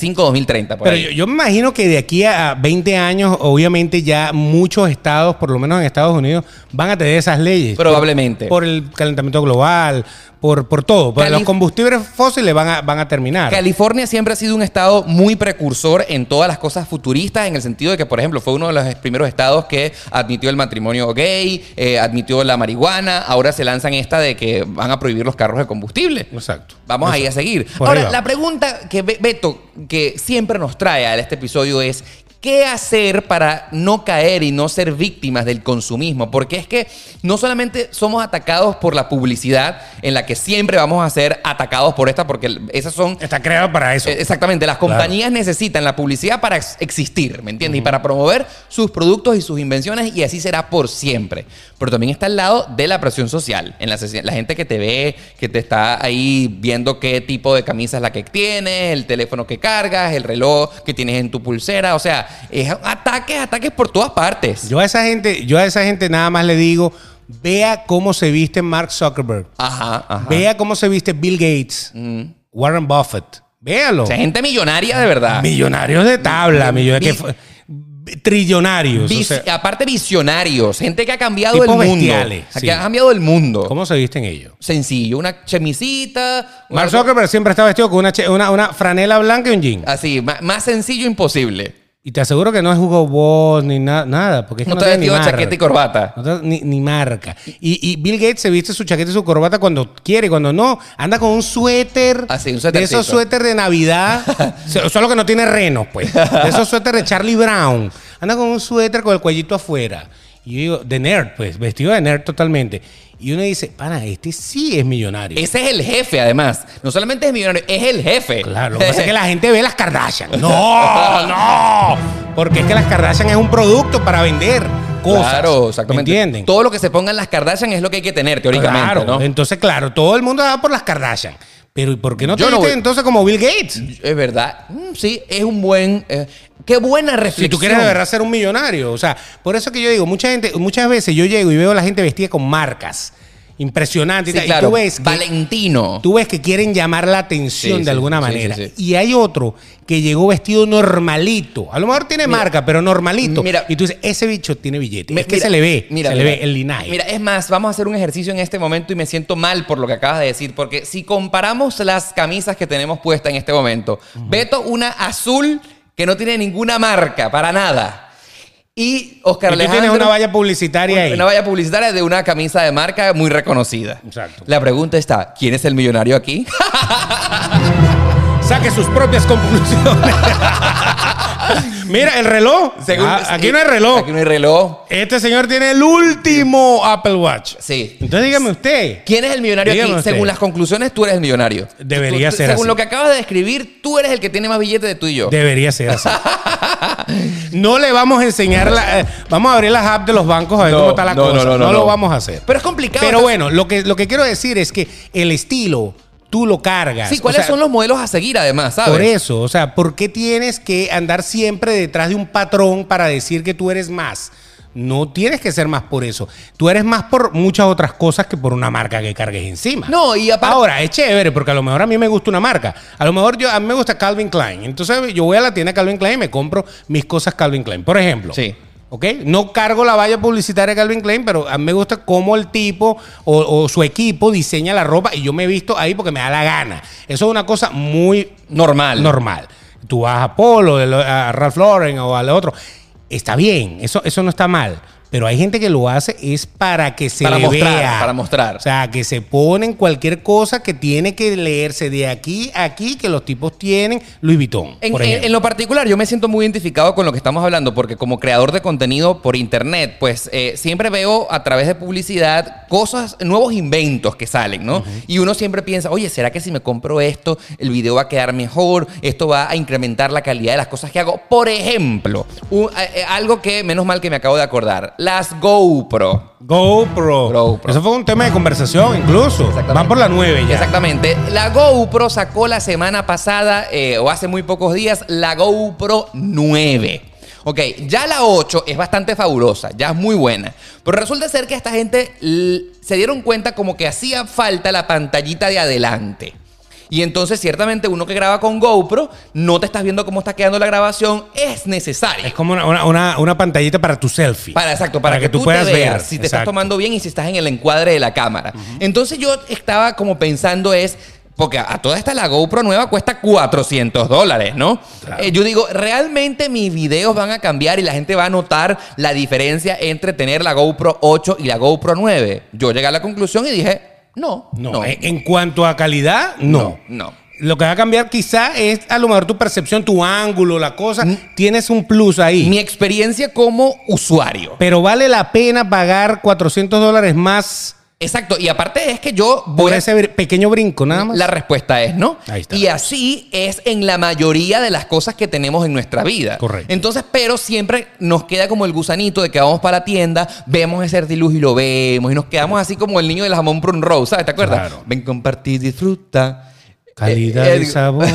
Speaker 1: 2035-2030.
Speaker 3: Pero yo, yo me imagino que de aquí a 20 años, obviamente ya muchos estados, por lo menos en Estados Unidos, van a tener esas leyes.
Speaker 1: Probablemente.
Speaker 3: Por, por el calentamiento global, por, por todo. Por
Speaker 1: Calif-
Speaker 3: los combustibles fósiles van a, van a terminar.
Speaker 1: California siempre ha sido un estado muy precursor en todas las cosas futuristas, en el sentido de que, por ejemplo, fue uno de los primeros estados que admitió el matrimonio gay, eh, admitió la marihuana, ahora se lanzan esta de que van a prohibir los carros de combustible.
Speaker 3: Exacto.
Speaker 1: Vamos ahí a seguir.
Speaker 3: Por ahí
Speaker 1: ahora,
Speaker 3: vamos.
Speaker 1: la pregunta que Be- Beto, que siempre nos trae a este episodio es... ¿Qué hacer para no caer y no ser víctimas del consumismo? Porque es que no solamente somos atacados por la publicidad, en la que siempre vamos a ser atacados por esta, porque esas son
Speaker 3: Está creado para eso.
Speaker 1: eh, Exactamente, las compañías necesitan la publicidad para ex- existir, ¿me entiendes? Y para promover sus productos y sus invenciones y así será por siempre. Pero también está al lado de la presión social, en la, socie- la gente que te ve, que te está ahí viendo qué tipo de camisa es la que tienes, el teléfono que cargas, el reloj que tienes en tu pulsera, o sea, es ataques, ataques por todas partes.
Speaker 3: Yo a esa gente, yo a esa gente nada más le digo, vea cómo se viste Mark Zuckerberg,
Speaker 1: Ajá, ajá. Mm.
Speaker 3: vea cómo se viste Bill Gates, Warren Buffett, véalo.
Speaker 1: O sea, gente millonaria de verdad.
Speaker 3: Millonarios de tabla,
Speaker 1: Mi- mi-
Speaker 3: millonarios que fue- bi- trillonarios. o
Speaker 1: Vis-
Speaker 3: sea,
Speaker 1: aparte visionarios, gente que ha cambiado el
Speaker 3: Tipos
Speaker 1: mundo.
Speaker 3: bestiales,
Speaker 1: que
Speaker 3: sí.
Speaker 1: ha cambiado el mundo.
Speaker 3: ¿Cómo se visten ellos?
Speaker 1: sencillo, una chemisita, una-
Speaker 3: Mark Zuckerberg siempre está vestido con una, che- una, una franela blanca y un jean.
Speaker 1: así, ma- más, sencillo imposible.
Speaker 3: Y te aseguro que no es Hugo Boss ni na- nada, porque es que
Speaker 1: No
Speaker 3: no,
Speaker 1: te
Speaker 3: tiene ni
Speaker 1: vestido de
Speaker 3: marca.
Speaker 1: chaqueta y corbata.
Speaker 3: No te- ni, ni marca. Y, y Bill Gates se viste su chaqueta y su corbata cuando quiere, cuando no. Anda con un suéter.
Speaker 1: Ah, sí, un
Speaker 3: de
Speaker 1: suétercito.
Speaker 3: esos suéter
Speaker 1: [laughs]
Speaker 3: de Navidad. so- solo que no tiene renos, pues. De esos suéter de Charlie Brown. Anda con un suéter con el cuellito afuera. Y yo digo, de nerd, pues, vestido de nerd totalmente. Y uno dice, pana, este sí es millonario.
Speaker 1: Ese es el jefe, además. No solamente es millonario, es el jefe.
Speaker 3: Claro, lo que pasa es que la gente ve las Kardashian. No, no. Porque es que las Kardashian es un producto para vender cosas.
Speaker 1: [laughs] Claro, exactamente.
Speaker 3: ¿Me entienden?
Speaker 1: Todo lo que se ponga en las Kardashian es lo que hay que tener, teóricamente,
Speaker 3: claro.
Speaker 1: ¿no?
Speaker 3: Entonces, claro, todo el mundo va por las Kardashian. Pero ¿y por qué no te
Speaker 1: Yo no
Speaker 3: viste
Speaker 1: voy.
Speaker 3: entonces como Bill Gates?
Speaker 1: Es verdad. Mm, Sí, es un buen... eh, qué buena reflexión.
Speaker 3: Si tú quieres de verdad ser un millonario. O sea, por eso que yo digo, mucha gente, muchas veces yo llego y veo a la gente vestida con marcas. Impresionante. y
Speaker 1: Sí,
Speaker 3: tal. Y
Speaker 1: claro.
Speaker 3: tú ves que-
Speaker 1: Valentino.
Speaker 3: Tú ves que quieren llamar la atención
Speaker 1: Sí,
Speaker 3: de
Speaker 1: sí,
Speaker 3: alguna
Speaker 1: sí,
Speaker 3: manera.
Speaker 1: sí, sí.
Speaker 3: Y hay otro que llegó vestido normalito. A lo mejor tiene marca, pero normalito.
Speaker 1: mira.
Speaker 3: y tú dices, ese bicho tiene billete.
Speaker 1: Me-
Speaker 3: es que
Speaker 1: mira,
Speaker 3: se le ve.
Speaker 1: mira,
Speaker 3: se
Speaker 1: mira.
Speaker 3: le ve el linaje.
Speaker 1: Mira, es más, vamos a hacer un ejercicio en este momento y me siento mal por lo que acabas de decir, porque si comparamos las camisas que tenemos puestas en este momento, Beto, una azul que no tiene ninguna marca, para nada. Y Oscar
Speaker 3: y tú
Speaker 1: Alejandro.
Speaker 3: tienes una valla publicitaria ahí.
Speaker 1: Una valla publicitaria de una camisa de marca muy reconocida.
Speaker 3: Exacto.
Speaker 1: La pregunta está: ¿quién es el millonario aquí? [laughs]
Speaker 3: Saque sus propias conclusiones.
Speaker 1: [laughs]
Speaker 3: mira, el reloj.
Speaker 1: Según-
Speaker 3: Ah, aquí no hay reloj.
Speaker 1: Aquí no hay reloj.
Speaker 3: Este señor tiene el último Apple Watch.
Speaker 1: Sí.
Speaker 3: Entonces dígame usted.
Speaker 1: ¿Quién es el millonario
Speaker 3: Dígame
Speaker 1: aquí?
Speaker 3: usted.
Speaker 1: Según las conclusiones, tú eres el millonario.
Speaker 3: Debería
Speaker 1: Tú- tú-
Speaker 3: ser
Speaker 1: Según
Speaker 3: así.
Speaker 1: lo que acabas de describir, tú eres el que tiene más billetes de tú y yo.
Speaker 3: Debería
Speaker 1: [laughs]
Speaker 3: ser así. No le vamos a enseñar la. eh, vamos a abrir las apps de los bancos a ver
Speaker 1: No,
Speaker 3: cómo está la
Speaker 1: no,
Speaker 3: cosa.
Speaker 1: no,
Speaker 3: No,
Speaker 1: no, no,
Speaker 3: lo
Speaker 1: no.
Speaker 3: vamos a hacer.
Speaker 1: Pero es complicado.
Speaker 3: Pero
Speaker 1: Entonces,
Speaker 3: bueno, lo que, lo que quiero decir es que el estilo tú lo cargas.
Speaker 1: Sí,
Speaker 3: O
Speaker 1: ¿cuáles
Speaker 3: sea,
Speaker 1: son los modelos a seguir además, sabes?
Speaker 3: Por eso, o sea, ¿por qué tienes que andar siempre detrás de un patrón para decir que tú eres más? No tienes que ser más por eso. Tú eres más por muchas otras cosas que por una marca que cargues encima.
Speaker 1: No, y aparte-
Speaker 3: Ahora, es chévere porque a lo mejor a mí me gusta una marca. A lo mejor yo, a mí me gusta Calvin Klein. Entonces yo voy a la tienda Calvin Klein y me compro mis cosas Calvin Klein. Por ejemplo.
Speaker 1: Sí.
Speaker 3: ¿Ok? No cargo la valla publicitaria de Calvin Klein, pero a mí me gusta cómo el tipo o, o su equipo diseña la ropa y yo me he visto ahí porque me da la gana. Eso es una cosa muy
Speaker 1: Normal.
Speaker 3: normal. Tú vas a Polo, el- a Ralph Lauren o al otro. Está bien, eso, eso no está mal. Pero hay gente que lo hace es para que se
Speaker 1: Para
Speaker 3: le
Speaker 1: mostrar,
Speaker 3: vea.
Speaker 1: para mostrar.
Speaker 3: O sea, que se ponen cualquier cosa que tiene que leerse de aquí a aquí que los tipos tienen. Louis Vuitton,
Speaker 1: En,
Speaker 3: por
Speaker 1: en-
Speaker 3: ejemplo.
Speaker 1: en lo particular, yo me siento muy identificado con lo que estamos hablando, porque como creador de contenido por internet, pues eh, siempre veo a través de publicidad cosas, nuevos inventos que salen, ¿no? Y uno siempre piensa, oye, ¿será que si me compro esto, el video va a quedar mejor? Esto va a incrementar la calidad de las cosas que hago. Por ejemplo, un- eh, eh, algo que menos mal que me acabo de acordar, las GoPro.
Speaker 3: GoPro.
Speaker 1: GoPro.
Speaker 3: Eso fue un tema de conversación incluso.
Speaker 1: Exactamente.
Speaker 3: Van por la 9 ya.
Speaker 1: Exactamente. La GoPro sacó la semana pasada, eh, o hace muy pocos días, la GoPro 9. Ok, ya la 8 es bastante fabulosa, ya es muy buena. Pero resulta ser que esta gente l- se dieron cuenta como que hacía falta la pantallita de adelante. Y entonces, ciertamente, uno que graba con GoPro, no te estás viendo cómo está quedando la grabación, es necesario.
Speaker 3: Es como una, una- una- una pantallita para tu selfie.
Speaker 1: Para, exacto, para, que, tú, puedas ver si te estás
Speaker 3: Exacto.
Speaker 1: tomando bien y si estás en el encuadre de la cámara. Entonces yo estaba como pensando es, porque a, a toda esta la GoPro nueva cuesta 400 dólares, ¿no? Eh, yo digo, realmente mis videos van a cambiar y la gente va a notar la diferencia entre tener la GoPro 8 y la GoPro 9. Yo llegué a la conclusión y dije, no,
Speaker 3: No,
Speaker 1: no, eh,
Speaker 3: En, en cuanto a calidad, no.
Speaker 1: no.
Speaker 3: Lo que va a cambiar quizá es a lo mejor tu percepción, tu ángulo, la cosa. Tienes un plus ahí.
Speaker 1: Mi experiencia como usuario.
Speaker 3: Pero vale la pena pagar 400 dólares más
Speaker 1: Exacto, y aparte es que yo voy
Speaker 3: por
Speaker 1: a
Speaker 3: ese br- pequeño brinco nada más.
Speaker 1: La respuesta es no.
Speaker 3: Ahí está.
Speaker 1: Y así es en la mayoría de las cosas que tenemos en nuestra vida.
Speaker 3: Correcto.
Speaker 1: Entonces, pero siempre nos queda como el gusanito de que vamos para la tienda, vemos ese artilugio y lo vemos, y nos quedamos así como el niño del jamón prune roll, ¿sabes? ¿Te acuerdas?
Speaker 3: Claro.
Speaker 1: Ven, compartir, disfruta.
Speaker 3: Calidad
Speaker 1: Eh,
Speaker 3: de
Speaker 1: eh, [laughs]
Speaker 3: sabor.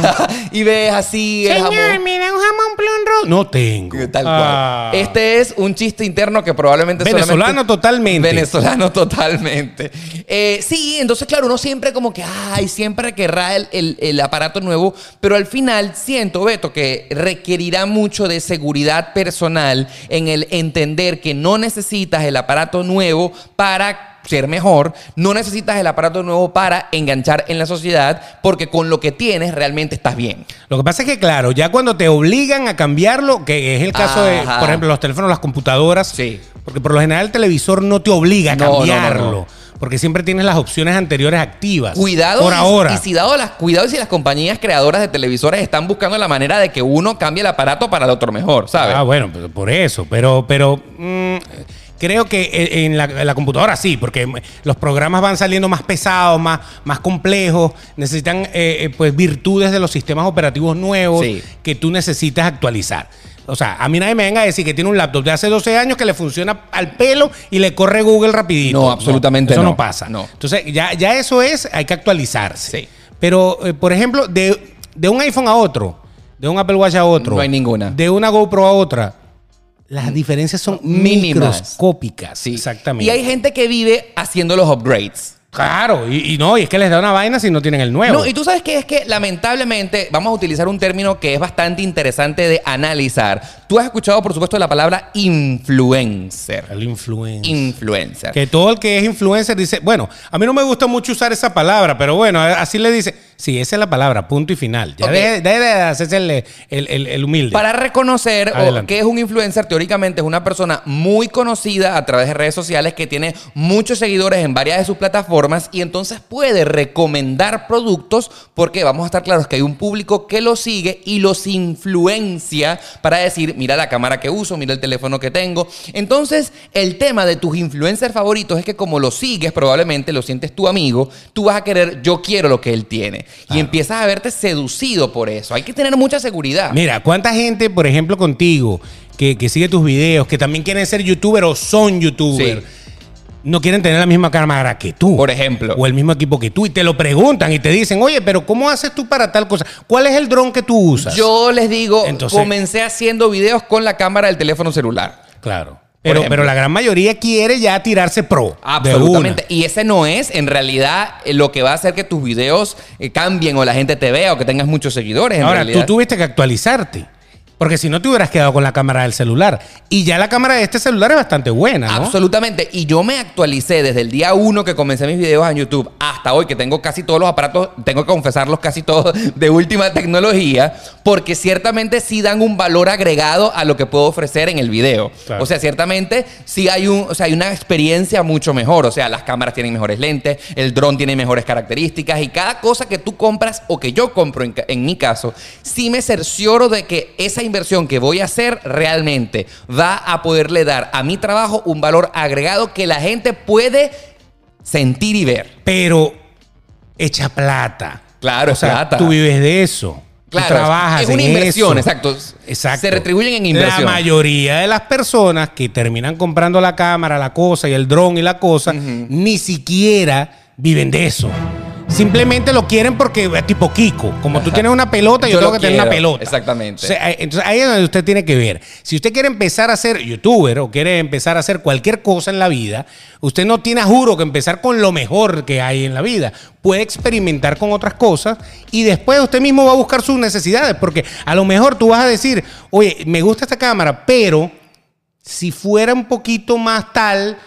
Speaker 1: y ves así el jamón.
Speaker 3: me da un jamón plum roll. No tengo.
Speaker 1: Tal cual.
Speaker 3: Ah.
Speaker 1: Este es un chiste interno que probablemente
Speaker 3: Venezolano
Speaker 1: solamente-
Speaker 3: totalmente.
Speaker 1: Venezolano totalmente. Eh, sí, entonces, claro, uno siempre como que, ay, siempre querrá el, el- el aparato nuevo, pero al final siento, Beto, que requerirá mucho de seguridad personal en el entender que no necesitas el aparato nuevo para ser mejor, no necesitas el aparato nuevo para enganchar en la sociedad, porque con lo que tienes realmente estás bien.
Speaker 3: Lo que pasa es que, claro, ya cuando te obligan a cambiarlo, que es el caso de,
Speaker 1: Ajá.
Speaker 3: por ejemplo, los teléfonos, las computadoras,
Speaker 1: Sí.
Speaker 3: porque por lo general el televisor no te obliga a
Speaker 1: No, no, no, no.
Speaker 3: cambiarlo, porque siempre tienes las opciones anteriores activas.
Speaker 1: Cuidado,
Speaker 3: Por
Speaker 1: y-
Speaker 3: ahora.
Speaker 1: Y, si dado las, cuidado y si las compañías creadoras de televisores están buscando la manera de que uno cambie el aparato para el otro mejor, ¿sabes?
Speaker 3: Ah, bueno, pues, por eso, pero, pero mm, creo que eh, en la, en la computadora sí, porque mm, los programas van saliendo más pesados, más, más complejos, necesitan eh, eh, pues virtudes de los sistemas operativos nuevos
Speaker 1: Sí.
Speaker 3: que tú necesitas actualizar. O sea, a mí nadie me venga a decir que tiene un laptop de hace 12 años que le funciona al pelo y le corre Google rapidito.
Speaker 1: No, absolutamente
Speaker 3: Eso no,
Speaker 1: no.
Speaker 3: pasa.
Speaker 1: No.
Speaker 3: Entonces, ya, ya eso es, hay que actualizarse.
Speaker 1: Sí.
Speaker 3: Pero, eh, por ejemplo, de, de un iPhone a otro, de un Apple Watch a otro.
Speaker 1: No hay ninguna.
Speaker 3: De una GoPro a otra. Las diferencias son
Speaker 1: Mínimas.
Speaker 3: microscópicas.
Speaker 1: Sí.
Speaker 3: Exactamente.
Speaker 1: Y hay gente que vive haciendo los upgrades.
Speaker 3: Claro, y, y no, y es que les da una vaina si no tienen el nuevo.
Speaker 1: No, y tú sabes que es que lamentablemente vamos a utilizar un término que es bastante interesante de analizar. Tú has escuchado, por supuesto, la palabra influencer.
Speaker 3: El influencer.
Speaker 1: Influencer.
Speaker 3: que todo el que es influencer dice, bueno, a mí no me gusta mucho usar esa palabra, pero bueno, a- así le dice, sí, esa es la palabra, punto y final. Ya
Speaker 1: Ok.
Speaker 3: deje- deje de hacerse el, el- el- el humilde.
Speaker 1: Para reconocer o
Speaker 3: Adelante.
Speaker 1: que es un influencer, teóricamente es una persona muy conocida a través de redes sociales que tiene muchos seguidores en varias de sus plataformas y entonces puede recomendar productos porque vamos a estar claros que hay un público que los sigue y los influencia para decir, mira la cámara que uso, mira el teléfono que tengo. Entonces, el tema de tus influencers favoritos es que como lo sigues, probablemente lo sientes tu amigo, tú vas a querer, yo quiero lo que él tiene. Y empiezas a verte seducido por eso. Hay que tener mucha seguridad.
Speaker 3: Ah. Mira, ¿cuánta gente, por ejemplo, contigo, que, que sigue tus videos, que también quieren ser youtuber o son youtuber,
Speaker 1: Sí.
Speaker 3: no quieren tener la misma cámara que tú?
Speaker 1: Por ejemplo.
Speaker 3: O el mismo equipo que tú, y te lo preguntan y te dicen, oye, pero ¿cómo haces tú para tal cosa? ¿Cuál es el dron que tú usas?
Speaker 1: Yo les digo,
Speaker 3: Entonces-
Speaker 1: comencé haciendo videos con la cámara del teléfono celular.
Speaker 3: Claro. Pero,
Speaker 1: ejemplo.
Speaker 3: pero la gran mayoría quiere ya tirarse pro.
Speaker 1: Absolutamente.
Speaker 3: De
Speaker 1: Y ese no es, en realidad, eh, lo que va a hacer que tus videos eh, cambien o la gente te vea o que tengas muchos seguidores. En
Speaker 3: una. Ahora,
Speaker 1: realidad.
Speaker 3: tú tuviste que actualizarte. Porque si no te hubieras quedado con la cámara del celular. Y ya la cámara de este celular es bastante buena, ¿no?
Speaker 1: Absolutamente. Y yo me actualicé desde el día uno que comencé mis videos en YouTube hasta hoy, que tengo casi todos los aparatos, tengo que confesarlos casi todos [laughs] de última tecnología, porque ciertamente sí dan un valor agregado a lo que puedo ofrecer en el video.
Speaker 3: Claro.
Speaker 1: O sea, ciertamente sí hay, un, o sea, hay una experiencia mucho mejor. O sea, las cámaras tienen mejores lentes, el dron tiene mejores características y cada cosa que tú compras o que yo compro en, ca- en mi caso, sí me cercioro de que esa inversión que voy a hacer realmente va a poderle dar a mi trabajo un valor agregado que la gente puede sentir y ver.
Speaker 3: Pero hecha plata.
Speaker 1: Claro,
Speaker 3: O sea,
Speaker 1: es plata.
Speaker 3: tú vives de eso.
Speaker 1: Claro,
Speaker 3: tú trabajas
Speaker 1: es una
Speaker 3: en
Speaker 1: inversión,
Speaker 3: eso.
Speaker 1: exacto.
Speaker 3: Exacto.
Speaker 1: Se retribuyen en inversión.
Speaker 3: La mayoría de las personas que terminan comprando la cámara, la cosa y el dron y la cosa, ni siquiera viven de eso. Simplemente lo quieren porque es tipo Kiko. Como tú tienes una pelota, yo,
Speaker 1: Yo
Speaker 3: tengo
Speaker 1: lo
Speaker 3: que tener una
Speaker 1: quiero,
Speaker 3: pelota.
Speaker 1: exactamente.
Speaker 3: O sea, eh, entonces ahí es donde usted tiene que ver. Si usted quiere empezar a ser youtuber o quiere empezar a hacer cualquier cosa en la vida, usted no tiene a juro que empezar con lo mejor que hay en la vida. Puede experimentar con otras cosas y después usted mismo va a buscar sus necesidades. Porque a lo mejor tú vas a decir, oye, me gusta esta cámara, pero si fuera un poquito más tal,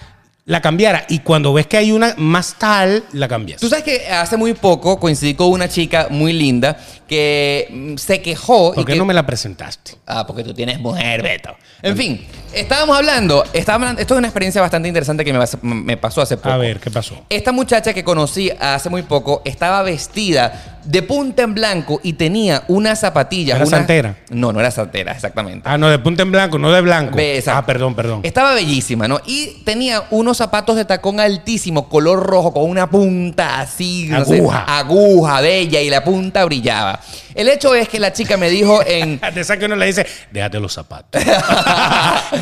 Speaker 3: la cambiara. Y cuando ves que hay una más tal, la cambias.
Speaker 1: Tú sabes que hace muy poco coincidí con una chica muy linda que mm, se quejó. y
Speaker 3: ¿Por qué
Speaker 1: que-
Speaker 3: no me la presentaste?
Speaker 1: Ah, porque tú tienes mujer, Beto. En fin, estábamos hablando, estábamos hablando- esto es una experiencia bastante interesante que me, pas- me pasó hace poco.
Speaker 3: A ver, ¿qué pasó?
Speaker 1: Esta muchacha que conocí hace muy poco estaba vestida de punta en blanco y tenía unas zapatillas.
Speaker 3: ¿Era
Speaker 1: unas-
Speaker 3: santera?
Speaker 1: No, no era santera, exactamente.
Speaker 3: Ah, no, de punta en blanco, no de blanco.
Speaker 1: Ve, exacto.
Speaker 3: Ah, perdón, perdón.
Speaker 1: Estaba bellísima, ¿no? Y tenía unos zapatos de tacón altísimo, color rojo, con una punta así, no sé,
Speaker 3: Aguja.
Speaker 1: aguja, bella, y la punta brillaba. El hecho es que la chica me dijo en...
Speaker 3: De esa que uno le dice, déjate los
Speaker 1: [laughs]
Speaker 3: zapatos.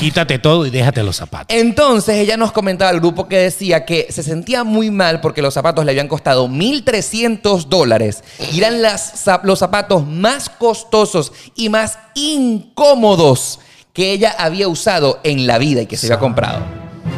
Speaker 3: Quítate todo y déjate los zapatos.
Speaker 1: Entonces ella nos comentaba al grupo que decía que se sentía muy mal porque los zapatos le habían costado 1.300 dólares. Y eran las zap- los zapatos más costosos y más incómodos que ella había usado en la vida y que se había comprado.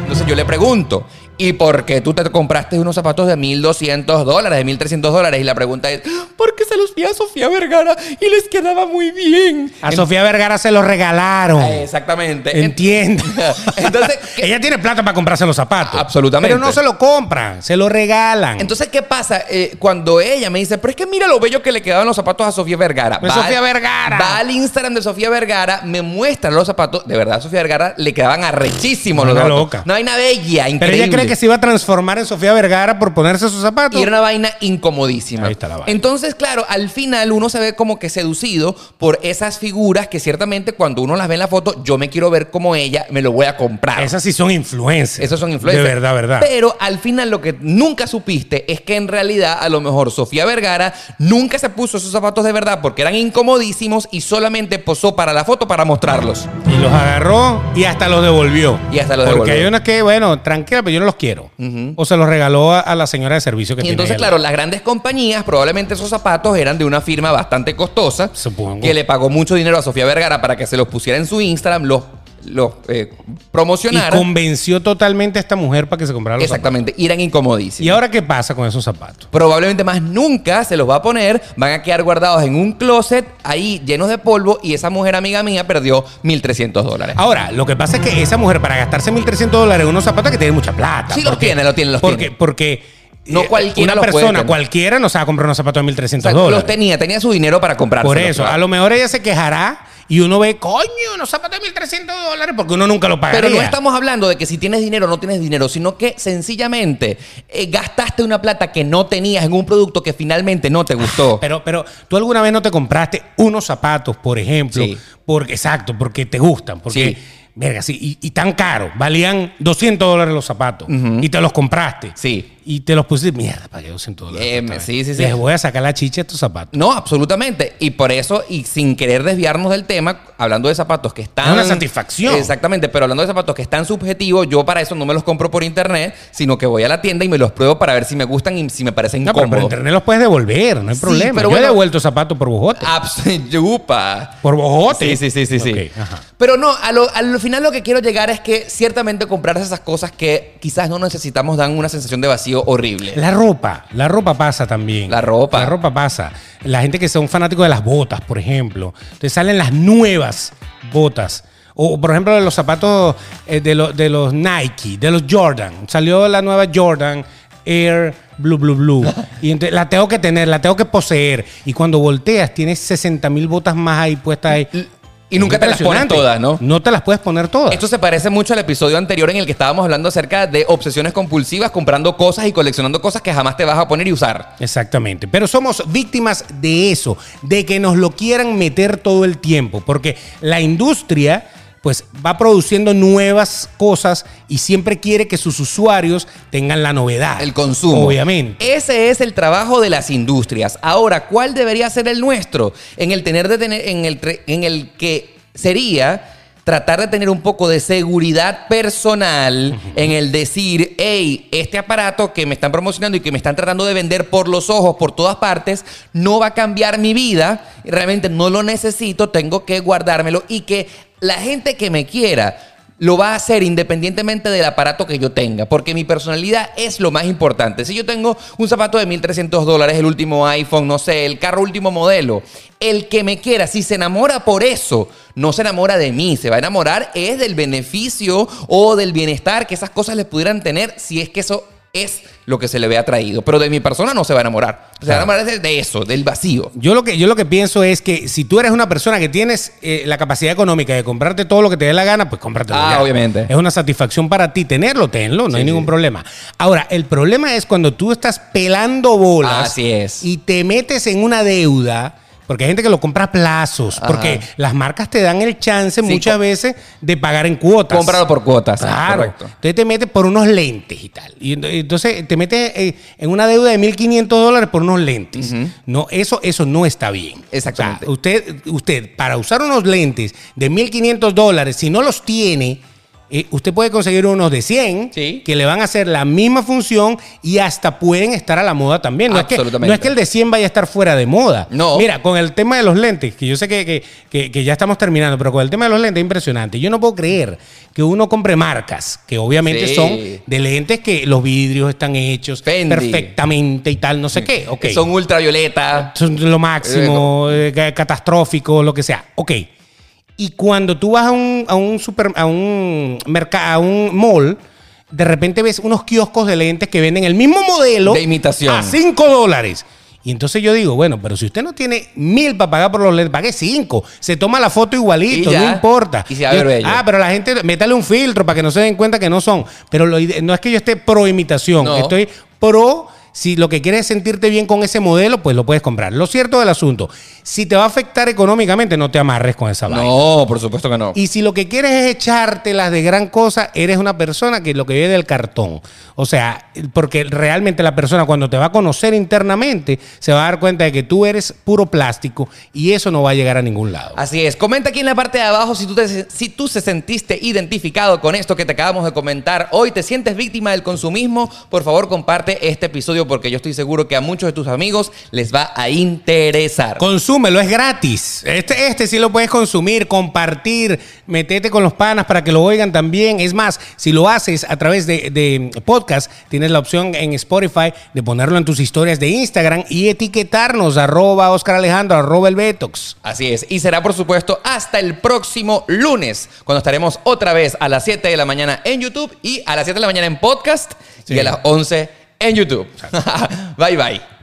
Speaker 1: Entonces yo le pregunto, ¿y por qué tú te compraste unos zapatos de 1.200 dólares, de 1.300 dólares? Y la pregunta es, porque se los vi a Sofía Vergara y les quedaba muy bien.
Speaker 3: A Sofía Vergara se los regalaron.
Speaker 1: Exactamente.
Speaker 3: Entiendo.
Speaker 1: Ah, [laughs] Entonces, ¿qué- Ah,
Speaker 3: Ella tiene plata para comprarse los zapatos.
Speaker 1: Absolutamente.
Speaker 3: Pero no se lo compran, se lo regalan.
Speaker 1: Entonces, ¿qué pasa? Eh, cuando ella me dice, pero es que mira lo bello que le quedaban los zapatos a Sofía Vergara.
Speaker 3: Pues Sofía Vergara.
Speaker 1: Va al Instagram de Sofía Vergara, me muestra los zapatos. De verdad, a Sofía Vergara le quedaban arrechísimos
Speaker 3: Una
Speaker 1: los zapatos.
Speaker 3: loca.
Speaker 1: Una vaina bella, increíble.
Speaker 3: Pero ella cree que se iba a transformar en Sofía Vergara por ponerse sus zapatos.
Speaker 1: Y era una vaina incomodísima.
Speaker 3: Ahí está la vaina.
Speaker 1: Entonces, claro, al final uno se ve como que seducido por esas figuras que ciertamente cuando uno las ve en la foto, yo me quiero ver como ella, me lo voy a comprar.
Speaker 3: Esas sí son influencers.
Speaker 1: Esos son influencers.
Speaker 3: De verdad, verdad.
Speaker 1: Pero al final lo que nunca supiste es que en realidad a lo mejor Sofía Vergara nunca se puso esos zapatos de verdad porque eran incomodísimos y solamente posó para la foto para mostrarlos.
Speaker 3: Y los agarró y hasta los devolvió.
Speaker 1: Y hasta los
Speaker 3: Porque
Speaker 1: devolvió.
Speaker 3: hay unas que, bueno, tranquila, pero yo no los quiero. O se los regaló a, a la señora de servicio que
Speaker 1: Y
Speaker 3: tiene.
Speaker 1: entonces,
Speaker 3: él.
Speaker 1: claro, las grandes compañías, probablemente esos zapatos eran de una firma bastante costosa,
Speaker 3: Supongo.
Speaker 1: que le pagó mucho dinero a Sofía Vergara para que se los pusiera en su Instagram, los, los eh,
Speaker 3: Y
Speaker 1: promocionara.
Speaker 3: convenció totalmente a esta mujer para que se comprara los zapatos.
Speaker 1: Exactamente, y eran incomodísimos.
Speaker 3: ¿Y ahora qué pasa con esos zapatos?
Speaker 1: Probablemente más nunca se los va a poner, van a quedar guardados en un closet ahí llenos de polvo y esa mujer amiga mía perdió 1.300 dólares.
Speaker 3: Ahora, lo que pasa es que esa mujer, para gastarse 1.300 dólares en unos zapatos, que tiene mucha plata.
Speaker 1: Sí, los
Speaker 3: porque-
Speaker 1: tiene, los tiene, los
Speaker 3: porque,
Speaker 1: tiene.
Speaker 3: Porque
Speaker 1: No
Speaker 3: eh,
Speaker 1: cualquiera
Speaker 3: Una
Speaker 1: los puede
Speaker 3: persona,
Speaker 1: tener.
Speaker 3: cualquiera, no se va a comprar unos zapatos de 1.300
Speaker 1: O sea,
Speaker 3: dólares.
Speaker 1: los tenía, tenía su dinero para comprarlos.
Speaker 3: Por eso, a lo mejor ella se quejará y uno ve, coño, unos zapatos de 1.300 dólares porque uno nunca lo pagaría.
Speaker 1: Pero no estamos hablando de que si tienes dinero o no tienes dinero, sino que sencillamente eh, gastaste una plata que no tenías en un producto que finalmente no te gustó.
Speaker 3: Pero, pero tú alguna vez no te compraste unos zapatos, por ejemplo,
Speaker 1: Sí.
Speaker 3: porque, exacto, porque te gustan,
Speaker 1: Sí.
Speaker 3: porque, verga, sí, y, y tan caro, valían 200 dólares los zapatos, y te los compraste.
Speaker 1: Sí.
Speaker 3: Y te los pusiste, mierda, pagué 200 dólares.
Speaker 1: Eh,
Speaker 3: otra vez.
Speaker 1: sí, sí, sí.
Speaker 3: Les voy a sacar la chicha a estos zapatos.
Speaker 1: No, absolutamente. Y por eso, y sin querer desviarnos del tema, hablando de zapatos que están.
Speaker 3: Es una satisfacción.
Speaker 1: Exactamente, pero hablando de zapatos que están subjetivos, yo para eso no me los compro por internet, sino que voy a la tienda y me los pruebo para ver si me gustan y si me parecen
Speaker 3: No, pero por
Speaker 1: incómodos.
Speaker 3: internet los puedes devolver, no hay
Speaker 1: Sí,
Speaker 3: problema.
Speaker 1: pero
Speaker 3: Yo
Speaker 1: bueno-
Speaker 3: he devuelto zapatos por bojote.
Speaker 1: Abs- [laughs] yupa.
Speaker 3: por bojote.
Speaker 1: Sí, sí, sí, sí, sí.
Speaker 3: Ok, ajá.
Speaker 1: Pero no, a lo, a lo final lo que quiero llegar es que ciertamente comprar esas cosas que quizás no necesitamos dan una sensación de vacío horrible.
Speaker 3: La ropa, la ropa pasa también.
Speaker 1: La ropa.
Speaker 3: La ropa pasa. La gente que son fanáticos de las botas, por ejemplo. Entonces salen las nuevas botas. O, por ejemplo, los zapatos eh, de, lo- de los Nike, de los Jordan. Salió la nueva Jordan Air Blue
Speaker 1: [laughs]
Speaker 3: Blue Blue. Y entonces, la tengo que tener, la tengo que poseer. Y cuando volteas, tienes 60 mil botas más ahí puestas ahí.
Speaker 1: Y nunca te las ponen
Speaker 3: Impresionante.
Speaker 1: todas, ¿no?
Speaker 3: No te las puedes poner todas.
Speaker 1: Esto se parece mucho al episodio anterior en el que estábamos hablando acerca de obsesiones compulsivas, comprando cosas y coleccionando cosas que jamás te vas a poner y usar.
Speaker 3: Exactamente. Pero somos víctimas de eso, de que nos lo quieran meter todo el tiempo, porque la industria pues va produciendo nuevas cosas y siempre quiere que sus usuarios tengan la novedad.
Speaker 1: El consumo.
Speaker 3: Obviamente.
Speaker 1: Ese es el trabajo de las industrias. Ahora, ¿cuál debería ser el nuestro? En el tener de tener, en el, tre- en el que sería tratar de tener un poco de seguridad personal en el decir, hey, este aparato que me están promocionando y que me están tratando de vender por los ojos, por todas partes, no va a cambiar mi vida, realmente no lo necesito, tengo que guardármelo y que la gente que me quiera lo va a hacer independientemente del aparato que yo tenga, porque mi personalidad es lo más importante. Si yo tengo un zapato de 1.300 dólares, el último iPhone, no sé, el carro último modelo, el que me quiera, si se enamora por eso, no se enamora de mí, se va a enamorar es del beneficio o del bienestar que esas cosas les pudieran tener, si es que eso es lo que se le ve atraído. Pero de mi persona no se va a enamorar. Se va a
Speaker 3: Claro.
Speaker 1: enamorar de- de eso, del vacío.
Speaker 3: Yo lo que, yo lo que pienso es que si tú eres una persona que tienes eh, la capacidad económica de comprarte todo lo que te dé la gana, pues cómpratelo.
Speaker 1: Ah,
Speaker 3: ya.
Speaker 1: obviamente.
Speaker 3: Es una satisfacción para ti tenerlo, tenlo, no hay
Speaker 1: Sí,
Speaker 3: ningún
Speaker 1: sí.
Speaker 3: problema. Ahora, el problema es cuando tú estás pelando bolas
Speaker 1: Así es.
Speaker 3: y te metes en una deuda. Porque hay gente que lo compra a plazos,
Speaker 1: Ajá.
Speaker 3: porque las marcas te dan el chance
Speaker 1: Sí,
Speaker 3: muchas
Speaker 1: co-
Speaker 3: veces de pagar en cuotas.
Speaker 1: Cómpralo por cuotas. sí,
Speaker 3: Claro.
Speaker 1: correcto.
Speaker 3: Entonces te metes por unos lentes y tal. Y ento- entonces te metes eh, en una deuda de 1.500 dólares por unos lentes. No, eso, eso no está bien.
Speaker 1: Exactamente.
Speaker 3: O sea, usted, usted, para usar unos lentes de 1.500 dólares, si no los tiene, eh, usted puede conseguir unos de 100
Speaker 1: Sí.
Speaker 3: que le van a hacer la misma función y hasta pueden estar a la moda también. No, es que,
Speaker 1: Absolutamente.
Speaker 3: no es que el de 100 vaya a estar fuera de moda.
Speaker 1: No.
Speaker 3: Mira, con el tema de los lentes, que yo sé que, que- que- que ya estamos terminando, pero con el tema de los lentes es impresionante. Yo no puedo creer que uno compre marcas que obviamente
Speaker 1: Sí.
Speaker 3: son de lentes que los vidrios están hechos
Speaker 1: Fendi.
Speaker 3: perfectamente y tal, no sé qué. Ok.
Speaker 1: Son ultravioleta.
Speaker 3: Son lo máximo, eh, ca- catastrófico, lo que sea. Ok. Y cuando tú vas a un, a un super, a un mercado, a un mall, de repente ves unos kioscos de lentes que venden el mismo modelo
Speaker 1: De imitación.
Speaker 3: a 5 dólares. Y entonces yo digo, bueno, pero si usted no tiene mil para pagar por los lentes, pague cinco. Se toma la foto igualito,
Speaker 1: Y ya.
Speaker 3: no importa.
Speaker 1: Y se va a ver
Speaker 3: Yo-
Speaker 1: bello.
Speaker 3: Ah, pero la gente, métale un filtro para que no se den cuenta que no son. Pero lo ide- no es que yo esté pro imitación,
Speaker 1: No.
Speaker 3: estoy pro. Si lo que quieres es sentirte bien con ese modelo, pues lo puedes comprar. Lo cierto del asunto, si te va a afectar económicamente, no te amarres con esa vaina.
Speaker 1: No, por supuesto que no.
Speaker 3: Y si lo que quieres es echártelas de gran cosa, eres una persona que lo que vive del cartón. O sea, porque realmente la persona cuando te va a conocer internamente, se va a dar cuenta de que tú eres puro plástico y eso no va a llegar a ningún lado.
Speaker 1: Así es. Comenta aquí en la parte de abajo si tú, te- si tú se sentiste identificado con esto que te acabamos de comentar hoy. ¿Te sientes víctima del consumismo? Por favor, comparte este episodio porque yo estoy seguro que a muchos de tus amigos les va a interesar.
Speaker 3: Consúmelo, es gratis. Este, este sí lo puedes consumir, compartir, metete con los panas para que lo oigan también. Es más, si lo haces a través de, de podcast, tienes la opción en Spotify de ponerlo en tus historias de Instagram y etiquetarnos, arroba Oscar Alejandro, arroba el Betox.
Speaker 1: Así es. Y será, por supuesto, hasta el próximo lunes, cuando estaremos otra vez a las 7 de la mañana en YouTube y a las 7 de la mañana en podcast y a las 11 en YouTube. [laughs] bye, bye.